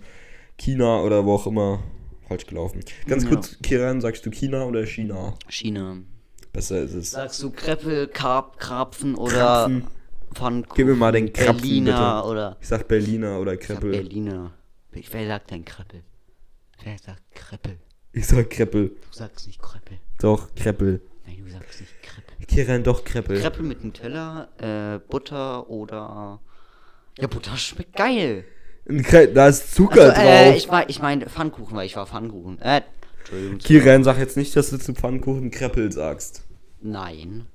Speaker 1: China oder wo auch immer falsch gelaufen. Ganz
Speaker 2: Ja.
Speaker 1: kurz, Kiran, sagst du China oder China?
Speaker 2: Schiene.
Speaker 1: Besser ist es.
Speaker 2: Sagst du Kreppel, Karp, Krapfen oder
Speaker 1: Krapfen.
Speaker 2: Pfannkuchen?
Speaker 1: Gib mir mal den Krapfen,
Speaker 2: Berliner
Speaker 1: bitte.
Speaker 2: oder
Speaker 1: Ich sag Berliner oder
Speaker 2: Ich sag
Speaker 1: Kreppel.
Speaker 2: Berliner. Ich- Wer sagt denn Kreppel? Wer sagt Kreppel?
Speaker 1: Ich sag Kreppel.
Speaker 2: Du sagst nicht Kreppel.
Speaker 1: Doch, Kreppel.
Speaker 2: Nein, du sagst nicht Kreppel.
Speaker 1: Kiran, doch Kreppel.
Speaker 2: Kreppel mit Nutella, äh, Butter oder... Ja, Butter schmeckt geil.
Speaker 1: Ein Kre da ist Zucker
Speaker 2: Also, äh,
Speaker 1: drauf.
Speaker 2: ich meine ich mein Pfannkuchen, weil ich war Pfannkuchen. Äh, Entschuldigung.
Speaker 1: Kiran, sag jetzt nicht, dass du zu Pfannkuchen Kreppel sagst.
Speaker 2: Nein.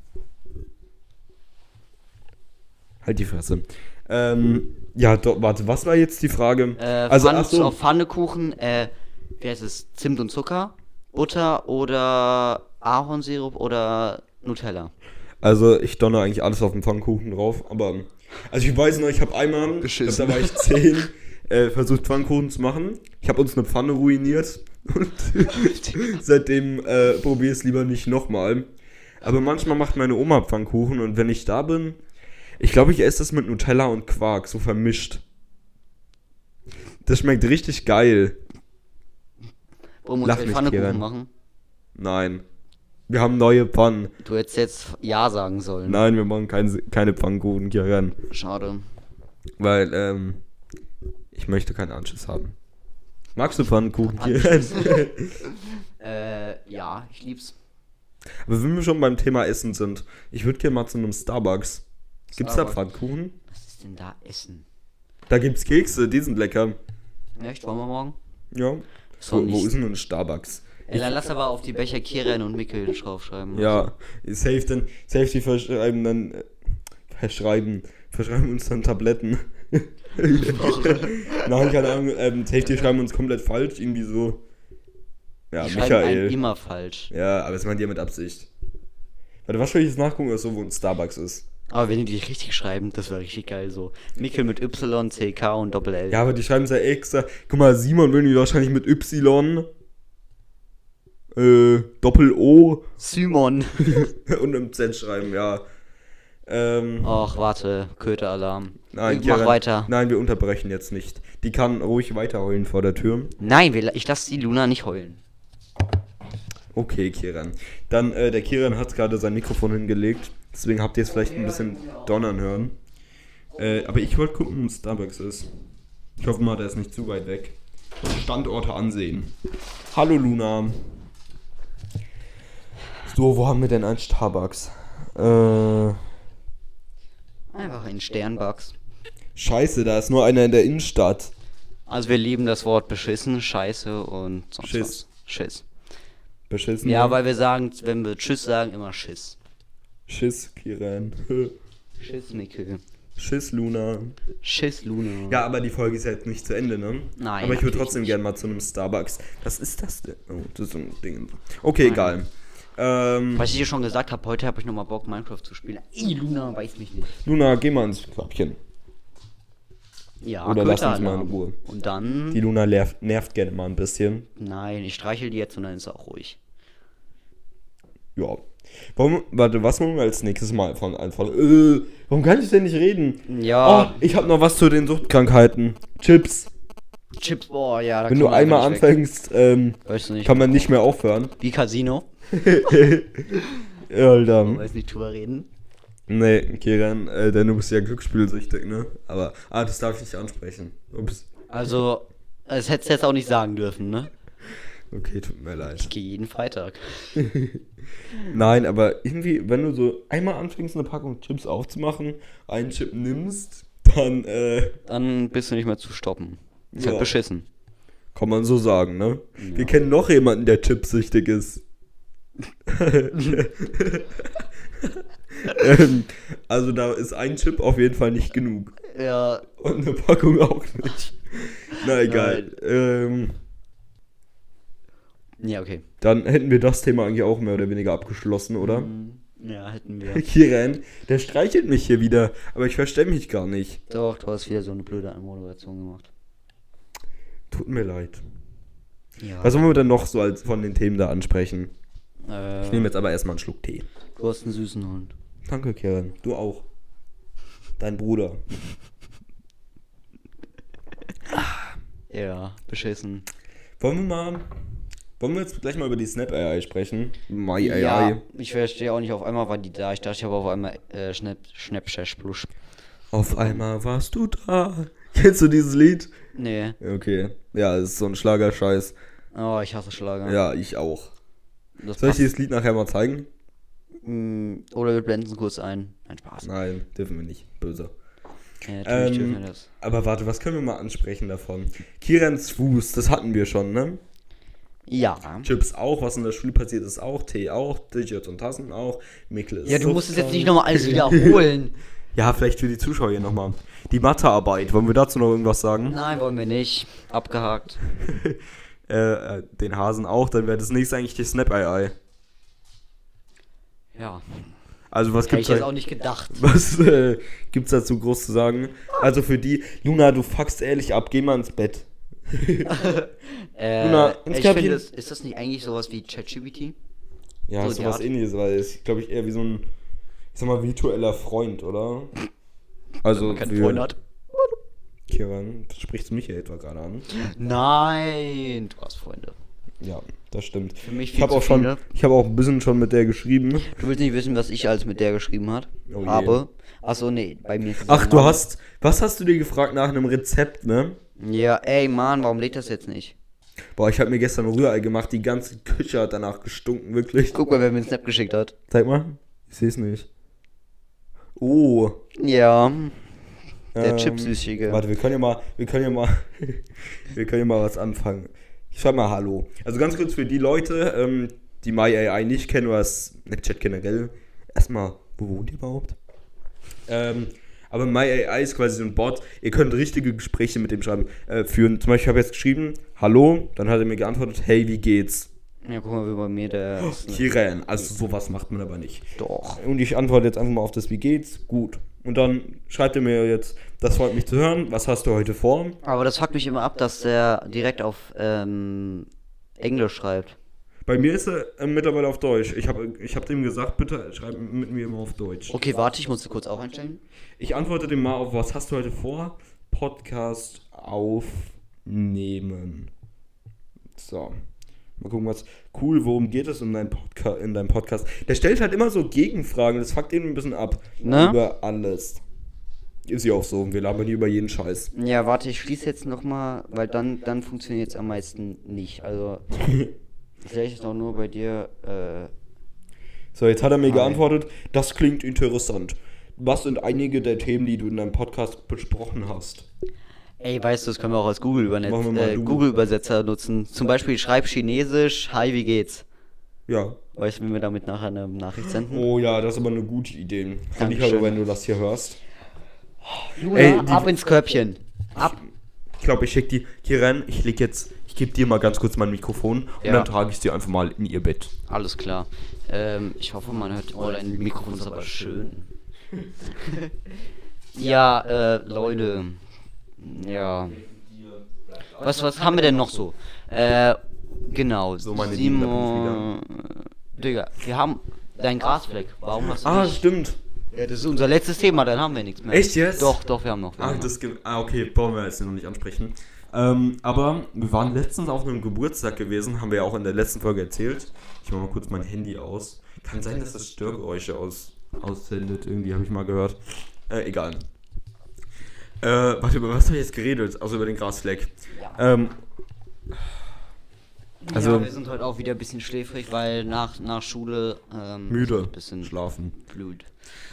Speaker 1: Halt die Fresse. Ähm, ja, doch, warte, was war jetzt die Frage?
Speaker 2: Äh,
Speaker 1: also,
Speaker 2: Pfann
Speaker 1: ach so,
Speaker 2: auf Pfannekuchen, äh, wie heißt es? Zimt und Zucker, Butter oder Ahornsirup oder Nutella.
Speaker 1: also ich donner eigentlich alles auf den Pfannkuchen drauf, aber. Also ich weiß noch, ich habe einmal, ich glaub, da war ich 10, äh, versucht Pfannkuchen zu machen. Ich habe uns eine Pfanne ruiniert (laughs) und seitdem äh, probiere es lieber nicht nochmal. Aber manchmal macht meine Oma Pfannkuchen und wenn ich da bin, ich glaube, ich esse das mit Nutella und Quark, so vermischt. Das schmeckt richtig geil.
Speaker 2: Wollen wir
Speaker 1: Lach
Speaker 2: uns gleich
Speaker 1: nicht,
Speaker 2: Pfannekuchen
Speaker 1: Kieran.
Speaker 2: machen?
Speaker 1: Nein. Wir haben neue Pfannen.
Speaker 2: Du hättest jetzt Ja sagen sollen.
Speaker 1: Nein, wir machen kein, keine Pfannkuchen hier rein.
Speaker 2: Schade.
Speaker 1: Weil, ähm, ich möchte keinen Anschiss haben. Magst du Pfannkuchen hier rein?
Speaker 2: Äh, ja, ich lieb's.
Speaker 1: (laughs) Aber wenn wir schon beim Thema Essen sind, ich würde gerne mal zu einem Starbucks. Gibt's da
Speaker 2: Starbucks.
Speaker 1: Pfannkuchen?
Speaker 2: Was ist denn da Essen?
Speaker 1: Da gibt's Kekse, die sind lecker.
Speaker 2: Echt, wollen wir morgen?
Speaker 1: Ja.
Speaker 2: So
Speaker 1: Wo,
Speaker 2: nicht-
Speaker 1: wo ist denn ein Starbucks?
Speaker 2: Ey, dann lass aber auf die Becher Kieran und Mickel draufschreiben.
Speaker 1: Ja, safe dann, safe die verschreiben dann, äh, verschreiben, verschreiben uns dann Tabletten. (laughs) Nein, keine Ahnung, ähm, safe die schreiben uns komplett falsch, irgendwie so. Ja,
Speaker 2: die schreiben einen
Speaker 1: Michael.
Speaker 2: immer falsch.
Speaker 1: Ja, aber das meint ihr mit Absicht. Warte, was soll ich jetzt nachgucken, oder so, wo ein Starbucks ist?
Speaker 2: Aber wenn die dich richtig schreiben, das wäre richtig geil so. Mickel mit Y, CK und Doppel L.
Speaker 1: Ja, aber die schreiben es ja extra. Guck mal, Simon würden die wahrscheinlich mit Y, äh, Doppel-O (laughs)
Speaker 2: Simon.
Speaker 1: und einem Z schreiben, ja. Ähm.
Speaker 2: Ach, warte, Köteralarm.
Speaker 1: Nein,
Speaker 2: Ich mach
Speaker 1: Kieran,
Speaker 2: weiter.
Speaker 1: Nein, wir unterbrechen jetzt nicht. Die kann ruhig weiterheulen vor der Tür.
Speaker 2: Nein, wir, la- ich lasse die Luna nicht heulen.
Speaker 1: Okay, Kieran. Dann, äh, der Kieran hat gerade sein Mikrofon hingelegt. Deswegen habt ihr es vielleicht ein bisschen donnern hören. Äh, aber ich wollte gucken, wo ein Starbucks ist. Ich hoffe mal, der ist nicht zu weit weg. Standorte ansehen. Hallo, Luna. So, wo haben wir denn einen Starbucks? Äh,
Speaker 2: Einfach in Sternbugs.
Speaker 1: scheiße, da ist nur einer in der Innenstadt.
Speaker 2: Also wir lieben das Wort beschissen, scheiße und sonst
Speaker 1: Schiss. Mhm.
Speaker 2: was. Schiss.
Speaker 1: Beschissen.
Speaker 2: Ja, weil wir sagen, wenn wir Tschüss sagen, immer Schiss.
Speaker 1: Schiss, Kieran. (laughs)
Speaker 2: Schiss, Mikkel.
Speaker 1: Schiss, Luna.
Speaker 2: Schiss, Luna.
Speaker 1: Ja, aber die Folge ist ja jetzt nicht zu Ende, ne? Aber
Speaker 2: Nein,
Speaker 1: ich würde
Speaker 2: natürlich
Speaker 1: trotzdem
Speaker 2: nicht.
Speaker 1: gerne mal zu einem Starbucks. Was ist das denn? Oh, das ist so ein Ding. Okay, egal. Ähm,
Speaker 2: Was ich dir schon gesagt habe, heute habe ich nochmal Bock, Minecraft zu spielen. Ih, Luna weiß mich nicht.
Speaker 1: Luna, geh mal ins Körbchen.
Speaker 2: Ja,
Speaker 1: Oder lass uns
Speaker 2: Köteralarm.
Speaker 1: mal in Ruhe.
Speaker 2: Und dann...
Speaker 1: Die Luna nervt, nervt gerne mal ein bisschen.
Speaker 2: Nein, ich streichel die jetzt und dann ist sie auch ruhig.
Speaker 1: Ja. Warum, warte, was machen wir als nächstes Mal von einfach? Äh, warum kann ich denn nicht reden?
Speaker 2: Ja.
Speaker 1: Oh, ich habe noch was zu den Suchtkrankheiten. Chips.
Speaker 2: Chips, boah, ja. Da
Speaker 1: Wenn
Speaker 2: kommt
Speaker 1: du
Speaker 2: man
Speaker 1: einmal
Speaker 2: nicht weg.
Speaker 1: anfängst, ähm,
Speaker 2: Weißt du nicht.
Speaker 1: kann man nicht mehr aufhören. (laughs)
Speaker 2: Wie Casino.
Speaker 1: Alter.
Speaker 2: Weiß nicht drüber reden.
Speaker 1: Nee, okay, dann, äh, denn du bist ja glücksspielsüchtig, ne? Aber, ah, das darf ich nicht ansprechen. Ups.
Speaker 2: Also, das hättest du jetzt auch nicht sagen dürfen, ne?
Speaker 1: Okay, tut mir leid.
Speaker 2: (laughs) Ich gehe jeden Freitag.
Speaker 1: Nein, aber irgendwie, wenn du so einmal anfängst, eine Packung Chips aufzumachen, einen Chip nimmst, dann, äh,
Speaker 2: Dann bist du nicht mehr zu stoppen. Ist
Speaker 1: Ja.
Speaker 2: halt beschissen.
Speaker 1: kann man so sagen, ne? Wir kennen noch jemanden, der chipsüchtig ist. ähm, also da ist ein Chip auf jeden Fall nicht genug.
Speaker 2: Ja,
Speaker 1: Und eine Packung auch nicht. Na egal. Ähm,
Speaker 2: ja, okay.
Speaker 1: dann hätten wir das Thema eigentlich auch mehr oder weniger abgeschlossen, oder?
Speaker 2: Ja, hätten wir.
Speaker 1: Kiran, der streichelt mich hier wieder, aber ich verstehe mich gar nicht.
Speaker 2: Doch, du hast wieder so eine blöde Anmoderation gemacht.
Speaker 1: Tut mir leid.
Speaker 2: Ja.
Speaker 1: Was wollen wir denn noch so als von den Themen da ansprechen? Ich
Speaker 2: äh,
Speaker 1: nehme jetzt aber erstmal einen Schluck Tee.
Speaker 2: du hast einen süßen Hund.
Speaker 1: Danke, Kiran. Du auch. Dein Bruder.
Speaker 2: Ja, beschissen.
Speaker 1: Wollen wir mal. Wollen wir jetzt gleich mal über die Snap AI sprechen? My AI.
Speaker 2: Ja, ich verstehe auch nicht, auf einmal war die da. Ich dachte, ich habe auf einmal äh, Schnapp, Schnappschash Plush.
Speaker 1: Auf einmal warst du da. (laughs) Kennst du dieses Lied?
Speaker 2: Nee.
Speaker 1: Okay. Ja, es ist so ein Schlagerscheiß.
Speaker 2: Oh, ich hasse Schlager.
Speaker 1: Ja, ich auch.
Speaker 2: Das
Speaker 1: Soll ich
Speaker 2: passt.
Speaker 1: dieses Lied nachher mal zeigen?
Speaker 2: Mm, Oder wir blenden es kurz ein. Nein, Spaß.
Speaker 1: Nein, dürfen wir nicht. Böse.
Speaker 2: Ja,
Speaker 1: Ähm,
Speaker 2: natürlich dürfen wir das.
Speaker 1: aber warte, was können wir mal ansprechen davon? Kirans Fuß, das hatten wir schon, ne?
Speaker 2: Ja.
Speaker 1: Chips auch, was in der Schule passiert ist auch, Tee auch, Digits und Tassen auch, Mikkel ist
Speaker 2: Ja, du musst es jetzt
Speaker 1: suchtkrank.
Speaker 2: nicht nochmal alles wiederholen.
Speaker 1: (laughs) Ja, vielleicht für die Zuschauer hier nochmal. Die Mathearbeit, wollen wir dazu noch irgendwas sagen?
Speaker 2: Nein, wollen wir nicht. Abgehakt.
Speaker 1: äh, äh, den Hasen auch, dann wäre das nächste eigentlich die Snap AI.
Speaker 2: Ja.
Speaker 1: Also was
Speaker 2: Hätte ich
Speaker 1: gibt's
Speaker 2: jetzt
Speaker 1: da,
Speaker 2: auch nicht gedacht.
Speaker 1: (laughs) was äh, gibt's dazu groß zu sagen? Also für die Luna, du fuckst ehrlich ab, geh mal ins Bett.
Speaker 2: Äh,
Speaker 1: Luna, ins
Speaker 2: ich
Speaker 1: Körbchen.
Speaker 2: finde, es- ist das nicht eigentlich sowas wie ChatGPT?
Speaker 1: Ja,
Speaker 2: So,
Speaker 1: so,
Speaker 2: die
Speaker 1: was
Speaker 2: Art.
Speaker 1: ähnliches, weil es glaube ich eher wie so ein ich sag mal virtueller Freund, oder? Also für- Kieran, sprichst du mich ja etwa gerade an?
Speaker 2: Nein, du hast Freunde.
Speaker 1: Ja, das stimmt. Für
Speaker 2: mich
Speaker 1: ich
Speaker 2: viel
Speaker 1: habe
Speaker 2: zu
Speaker 1: auch schon
Speaker 2: viele.
Speaker 1: ich habe auch ein bisschen schon mit der geschrieben.
Speaker 2: Du willst nicht wissen, was ich alles mit der geschrieben hat.
Speaker 1: Oh je.
Speaker 2: Aber, achso, nee, bei mir ist es
Speaker 1: Ach,
Speaker 2: ein
Speaker 1: du
Speaker 2: Mann.
Speaker 1: hast was hast du dir gefragt nach einem Rezept, ne?
Speaker 2: Ja, ey, Mann, warum lädt das jetzt nicht?
Speaker 1: Boah, ich habe mir gestern Rührei gemacht, die ganze Küche hat danach gestunken, wirklich.
Speaker 2: Guck mal, wer mir einen Snap geschickt hat.
Speaker 1: Zeig mal. Ich sehe es nicht. Oh.
Speaker 2: Ja, der
Speaker 1: ähm,
Speaker 2: Chipsüchtige.
Speaker 1: Warte, wir können ja mal, wir können ja mal, (laughs) wir können ja mal was anfangen. Ich schreib mal Hallo. Also ganz kurz für die Leute, ähm, die MyAI nicht kennen oder Snapchat generell. Erstmal, wo wohnt ihr überhaupt? Ähm, aber MyAI ist quasi so ein Bot. Ihr könnt richtige Gespräche mit dem schreiben äh, führen. Zum Beispiel habe ich jetzt geschrieben, Hallo, dann hat er mir geantwortet, Hey, wie geht's?
Speaker 2: Ja, guck mal, wie bei mir der ne? Snap.
Speaker 1: Kiran. Also sowas macht man aber nicht.
Speaker 2: Doch.
Speaker 1: Und ich antworte jetzt einfach mal auf das Wie geht's? Gut. Und dann schreibt er mir jetzt, das freut mich zu hören, was hast du heute vor?
Speaker 2: Aber das fuckt mich immer ab, dass der direkt auf ähm, Englisch schreibt.
Speaker 1: Bei mir ist er äh, mittlerweile auf Deutsch. Ich habe ich hab dem gesagt, bitte schreib mit mir immer auf Deutsch.
Speaker 2: Okay, warte, ich muss sie kurz auch einstellen.
Speaker 1: Ich antworte dem mal auf, was hast du heute vor? Podcast aufnehmen. So. Mal gucken, was. Cool, worum geht es in deinem, Podca in deinem Podcast? Der stellt halt immer so Gegenfragen, das fuckt ihn ein bisschen ab.
Speaker 2: Ne?
Speaker 1: Über alles. Ist ja auch so, wir labern hier über jeden
Speaker 2: (laughs)
Speaker 1: Scheiß.
Speaker 2: Ja, warte, ich schließe jetzt nochmal, weil dann, dann funktioniert es am meisten nicht. Also, vielleicht ist auch nur bei dir, äh,
Speaker 1: So, jetzt hat er mir
Speaker 2: Hi.
Speaker 1: geantwortet, das klingt interessant. Was sind einige der Themen, die du in deinem Podcast besprochen hast?
Speaker 2: Ey, weißt du, das können wir auch als Google
Speaker 1: Machen wir
Speaker 2: übernetzen,
Speaker 1: mal
Speaker 2: äh,
Speaker 1: du.
Speaker 2: Google Übersetzer nutzen. Zum Beispiel schreib Chinesisch, hi, wie geht's?
Speaker 1: Ja.
Speaker 2: Weißt du, wenn wir damit nachher eine Nachricht senden?
Speaker 1: Oh ja, das ist aber eine gute Idee. Finde ich aber,
Speaker 2: Hm. Dankeschön.
Speaker 1: wenn du das hier hörst.
Speaker 2: Luna,
Speaker 1: Oh. ey, die-
Speaker 2: ab ins Körbchen. Ab.
Speaker 1: Ich glaube, ich schicke die hier rein. Ich leg jetzt, ich gebe dir mal ganz kurz mein Mikrofon und
Speaker 2: Ja.
Speaker 1: dann trage ich sie einfach mal in ihr Bett.
Speaker 2: Alles klar. Ähm, ich hoffe, man hört. Oh, dein Mikrofon ist aber
Speaker 1: (laughs)
Speaker 2: schön. ja, äh, Leute. Ja. Was, was haben wir denn noch so? Äh, genau.
Speaker 1: So, meine Lieben, da
Speaker 2: Simon. Digga, wir haben deinen Grasfleck. Warum hast du
Speaker 1: Ah,
Speaker 2: nicht?
Speaker 1: stimmt.
Speaker 2: Ja, das ist unser letztes Thema, dann haben wir nichts mehr.
Speaker 1: Echt jetzt?
Speaker 2: Doch, doch, wir haben noch. Wir
Speaker 1: Ah,
Speaker 2: haben noch.
Speaker 1: das ge- ah, okay, brauchen wir jetzt noch nicht ansprechen. Ähm, aber wir waren letztens auf einem Geburtstag gewesen, haben wir ja auch in der letzten Folge erzählt. Ich mach mal kurz mein Handy aus. Kann sein, dass das Störgeräusche aus, aussendet, irgendwie habe ich mal gehört. Äh, egal. Äh, warte, über was habe ich jetzt geredet? Also über den Grasfleck. Ähm, also-
Speaker 2: ja, wir sind heute auch wieder ein bisschen schläfrig, weil nach, nach Schule ähm,
Speaker 1: müde.
Speaker 2: Ein bisschen
Speaker 1: Schlafen.
Speaker 2: blöd.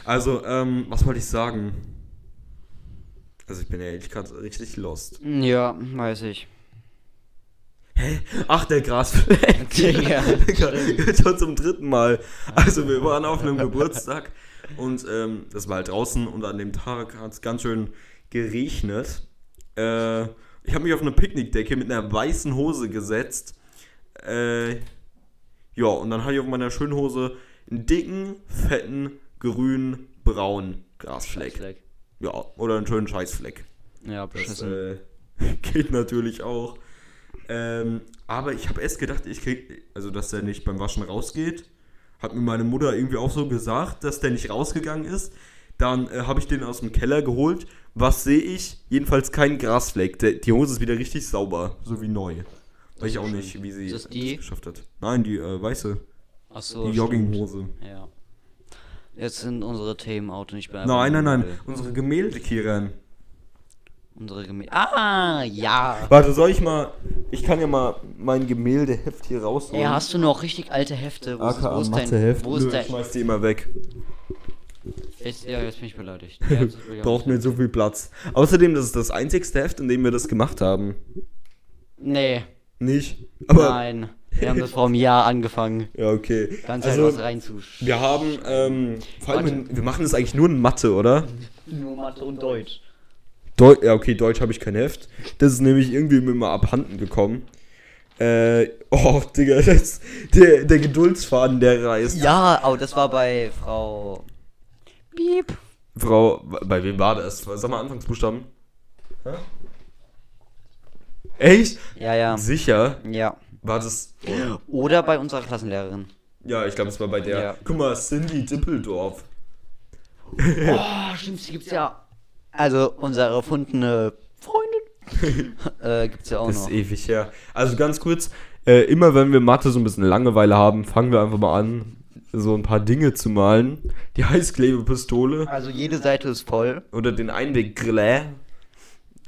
Speaker 1: Also, ähm, was wollte ich sagen? Also, ich bin ja ehrlich gerade richtig lost.
Speaker 2: Ja, weiß ich.
Speaker 1: Ach, der Grasfleck.
Speaker 2: Digga,
Speaker 1: Digga, (laughs) Schon zum dritten Mal. Also wir waren auf einem Geburtstag und ähm, das war halt draußen und an dem Tag hat es ganz schön geregnet. Äh, ich habe mich auf eine Picknickdecke mit einer weißen Hose gesetzt. Äh, ja, und dann hatte ich auf meiner schönen Hose einen dicken, fetten, grünen, braunen Grasfleck.
Speaker 2: Grasfleck.
Speaker 1: Ja, oder einen schönen Scheißfleck.
Speaker 2: Ja,
Speaker 1: Das
Speaker 2: beschissen.
Speaker 1: äh, (laughs) geht natürlich auch. Ähm, aber ich habe erst gedacht, ich krieg, also dass der nicht beim Waschen rausgeht. Hat mir meine Mutter irgendwie auch so gesagt, dass der nicht rausgegangen ist. Dann äh, habe ich den aus dem Keller geholt. Was sehe ich? Jedenfalls kein Grasfleck. Der, die Hose ist wieder richtig sauber, so wie neu. Weiß ich auch nicht, wie sie
Speaker 2: Ist das die?
Speaker 1: das geschafft hat. Nein, die äh, weiße.
Speaker 2: Achso.
Speaker 1: die Jogginghose.
Speaker 2: Ja. Jetzt sind unsere Themen out und ich bin einfach
Speaker 1: Nein, nein, nein.
Speaker 2: müde.
Speaker 1: Unsere Gemälde, Kiran.
Speaker 2: Unsere Gemä Ah, ja.
Speaker 1: Warte, soll ich mal. Ich kann ja mal mein Gemäldeheft hier rausholen.
Speaker 2: Ey, hast du noch richtig alte Hefte? Wo, ist-
Speaker 1: AKA
Speaker 2: wo ist dein.
Speaker 1: Matheheft.
Speaker 2: Wo
Speaker 1: Nö,
Speaker 2: ist
Speaker 1: ich
Speaker 2: dein.
Speaker 1: schmeiß die immer weg.
Speaker 2: Ist, ja, jetzt bin
Speaker 1: (laughs)
Speaker 2: ich beleidigt. Ja, jetzt bin ich auch-
Speaker 1: Braucht mir so viel Platz. Außerdem, das ist das einzigste Heft, in dem wir das gemacht haben.
Speaker 2: Nee.
Speaker 1: Nicht? Aber.
Speaker 2: Nein. Wir haben das vor einem Jahr angefangen.
Speaker 1: Ja, okay.
Speaker 2: Ganz also, was
Speaker 1: also,
Speaker 2: reinzusch.
Speaker 1: wir haben, ähm, vor allem,
Speaker 2: Warte.
Speaker 1: in, wir machen das eigentlich nur in Mathe, oder?
Speaker 2: Nur Mathe und Deutsch.
Speaker 1: Deu ja, okay, Deutsch habe ich kein Heft. Das ist nämlich irgendwie mir mal abhanden gekommen. Äh, oh, Digga, das, der, der Geduldsfaden, der reißt.
Speaker 2: Ja, aber das war bei Frau. Piep.
Speaker 1: Frau, bei wem war das? Sag mal Anfangsbuchstaben. Hä? Echt?
Speaker 2: Ja, ja.
Speaker 1: Sicher?
Speaker 2: Ja.
Speaker 1: War das.
Speaker 2: Oder bei unserer Klassenlehrerin.
Speaker 1: Ja, ich glaube, es war bei der.
Speaker 2: Ja.
Speaker 1: Guck mal, Cindy Dippeldorf.
Speaker 2: Oh, stimmt, sie gibt's ja. Also unsere erfundene Freundin. (laughs) äh, gibt's ja auch
Speaker 1: Das ist
Speaker 2: noch.
Speaker 1: ewig her. Also ganz kurz, äh, immer wenn wir Mathe so ein bisschen Langeweile haben, fangen wir einfach mal an, so ein paar Dinge zu malen. Die Heißklebepistole
Speaker 2: Also jede Seite ist voll.
Speaker 1: oder den Einweggrill.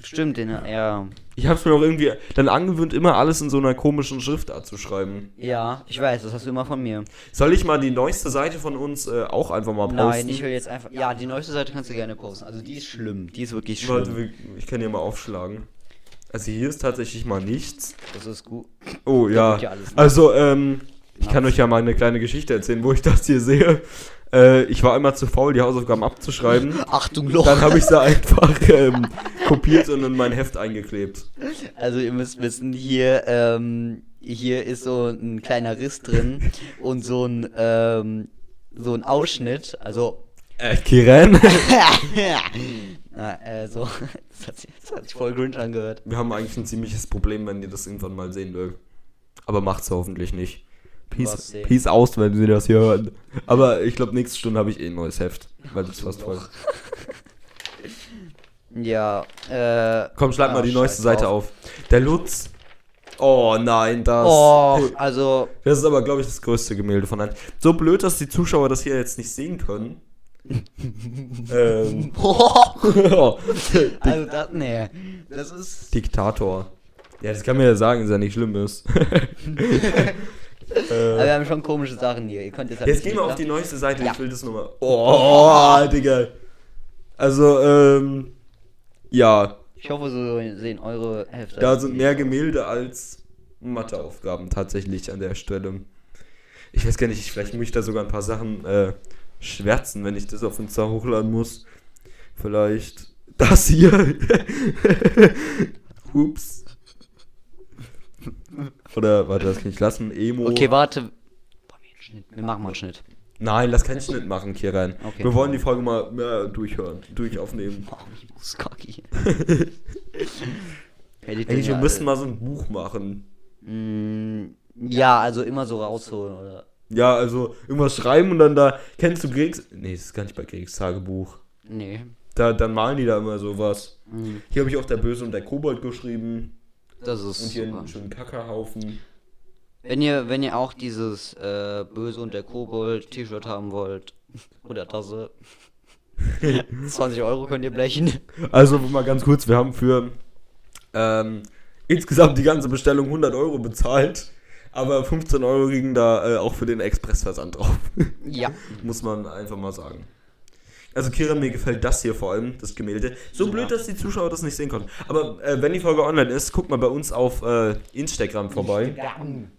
Speaker 2: Stimmt, den ja.
Speaker 1: Ich hab's mir auch irgendwie dann angewöhnt, immer alles in so einer komischen Schriftart zu schreiben.
Speaker 2: Ja, ich weiß, das hast du immer von mir.
Speaker 1: Soll ich mal die neueste Seite von uns äh, auch einfach mal posten?
Speaker 2: Nein, ich will jetzt einfach. Ja, die neueste Seite kannst du gerne posten. Also die ist schlimm. Die ist wirklich schlimm.
Speaker 1: Warte, wir- ich kann hier mal aufschlagen. Also hier ist tatsächlich mal nichts.
Speaker 2: Das ist gut.
Speaker 1: Oh ja.
Speaker 2: wird ja alles
Speaker 1: Also, ähm, ich kann euch ja mal eine kleine Geschichte erzählen, wo ich (laughs) das hier sehe. Äh, ich war immer zu faul, die Hausaufgaben abzuschreiben.
Speaker 2: (laughs) (laughs) Achtung, Loch.
Speaker 1: Dann habe ich sie einfach ähm, kopiert und in mein Heft eingeklebt.
Speaker 2: Also ihr müsst wissen, hier, ähm, hier ist so ein kleiner Riss (laughs) drin und so ein, ähm, so ein Ausschnitt, also
Speaker 1: Äh, Kiran? (laughs)
Speaker 2: (laughs) Na, äh, so, das hat, sich, das hat sich voll cringe angehört.
Speaker 1: Wir haben eigentlich ein ziemliches Problem, wenn ihr das irgendwann mal sehen wollt. Aber macht's hoffentlich nicht.
Speaker 2: Was
Speaker 1: Peace,
Speaker 2: sehen?
Speaker 1: peace aus, wenn sie das hier hören. Aber ich glaube, nächste Stunde habe ich eh ein neues Heft. Weil das ist fast voll.
Speaker 2: Ja, äh.
Speaker 1: Komm, schlag
Speaker 2: ah,
Speaker 1: mal die neueste
Speaker 2: scheiß
Speaker 1: Seite
Speaker 2: drauf.
Speaker 1: auf. Der Lutz. Oh nein, das.
Speaker 2: Oh, also,
Speaker 1: (laughs) Das ist aber, glaube ich, das größte Gemälde von allen. So blöd, dass die Zuschauer das hier jetzt nicht sehen (laughs) können. ähm. (laughs) oh,
Speaker 2: also das, nee, das ist,
Speaker 1: Diktator. Ja, das kann mir ja sagen, dass er nicht schlimm ist. (laughs) Äh,
Speaker 2: aber wir haben schon komische Sachen hier, ihr könnt jetzt halt
Speaker 1: Jetzt
Speaker 2: nicht
Speaker 1: gehen wir auf
Speaker 2: lachen.
Speaker 1: die neueste Seite,
Speaker 2: Ja.
Speaker 1: ich will das nochmal. Oh, (laughs) Digga. Also, ähm. Ja,
Speaker 2: Ich hoffe, so sehen eure Hefte.
Speaker 1: da sind mehr Gemälde als Matheaufgaben tatsächlich an der Stelle. Ich weiß gar nicht, ich- vielleicht muss ich da sogar ein paar Sachen äh, schwärzen, wenn ich das auf Insta hochladen muss. Vielleicht das hier. (laughs) Ups. Oder, warte, das kann ich lassen. Emo.
Speaker 2: Okay, warte. Wollen wir einen Schnitt? Wir machen mal einen Schnitt.
Speaker 1: Nein, das kann ich nicht machen, Kiran.
Speaker 2: Okay.
Speaker 1: Wir wollen die Folge mal ja, durchhören, durchaufnehmen.
Speaker 2: Oh, ich
Speaker 1: (laughs)
Speaker 2: muss kacki.
Speaker 1: Eigentlich, wir müssen mal so ein Buch machen.
Speaker 2: Mm, ja, also immer so rausholen, oder?
Speaker 1: Ja, also irgendwas schreiben und dann da. Kennst du Gregs? Nee, das ist gar nicht bei Gregs Tagebuch.
Speaker 2: Nee.
Speaker 1: Da, dann malen die da immer sowas. Hier habe ich auch der Böse und der Kobold geschrieben.
Speaker 2: Das ist
Speaker 1: Und hier
Speaker 2: super.
Speaker 1: einen schönen Kackerhaufen.
Speaker 2: Wenn ihr, wenn ihr auch dieses äh, Böse und der Kobold T-Shirt haben wollt (laughs) oder Tasse, (laughs) 20 Euro könnt ihr blechen.
Speaker 1: Also mal ganz kurz, wir haben für ähm, insgesamt die ganze Bestellung 100 Euro bezahlt. Aber 15 Euro gingen da äh, auch für den Expressversand drauf.
Speaker 2: Ja.
Speaker 1: Muss man einfach mal sagen. Also Kira, mir gefällt das hier vor allem, das Gemälde. So blöd, dass die Zuschauer das nicht sehen konnten. Aber äh, wenn die Folge online ist, guckt mal bei uns auf äh, Instagram vorbei.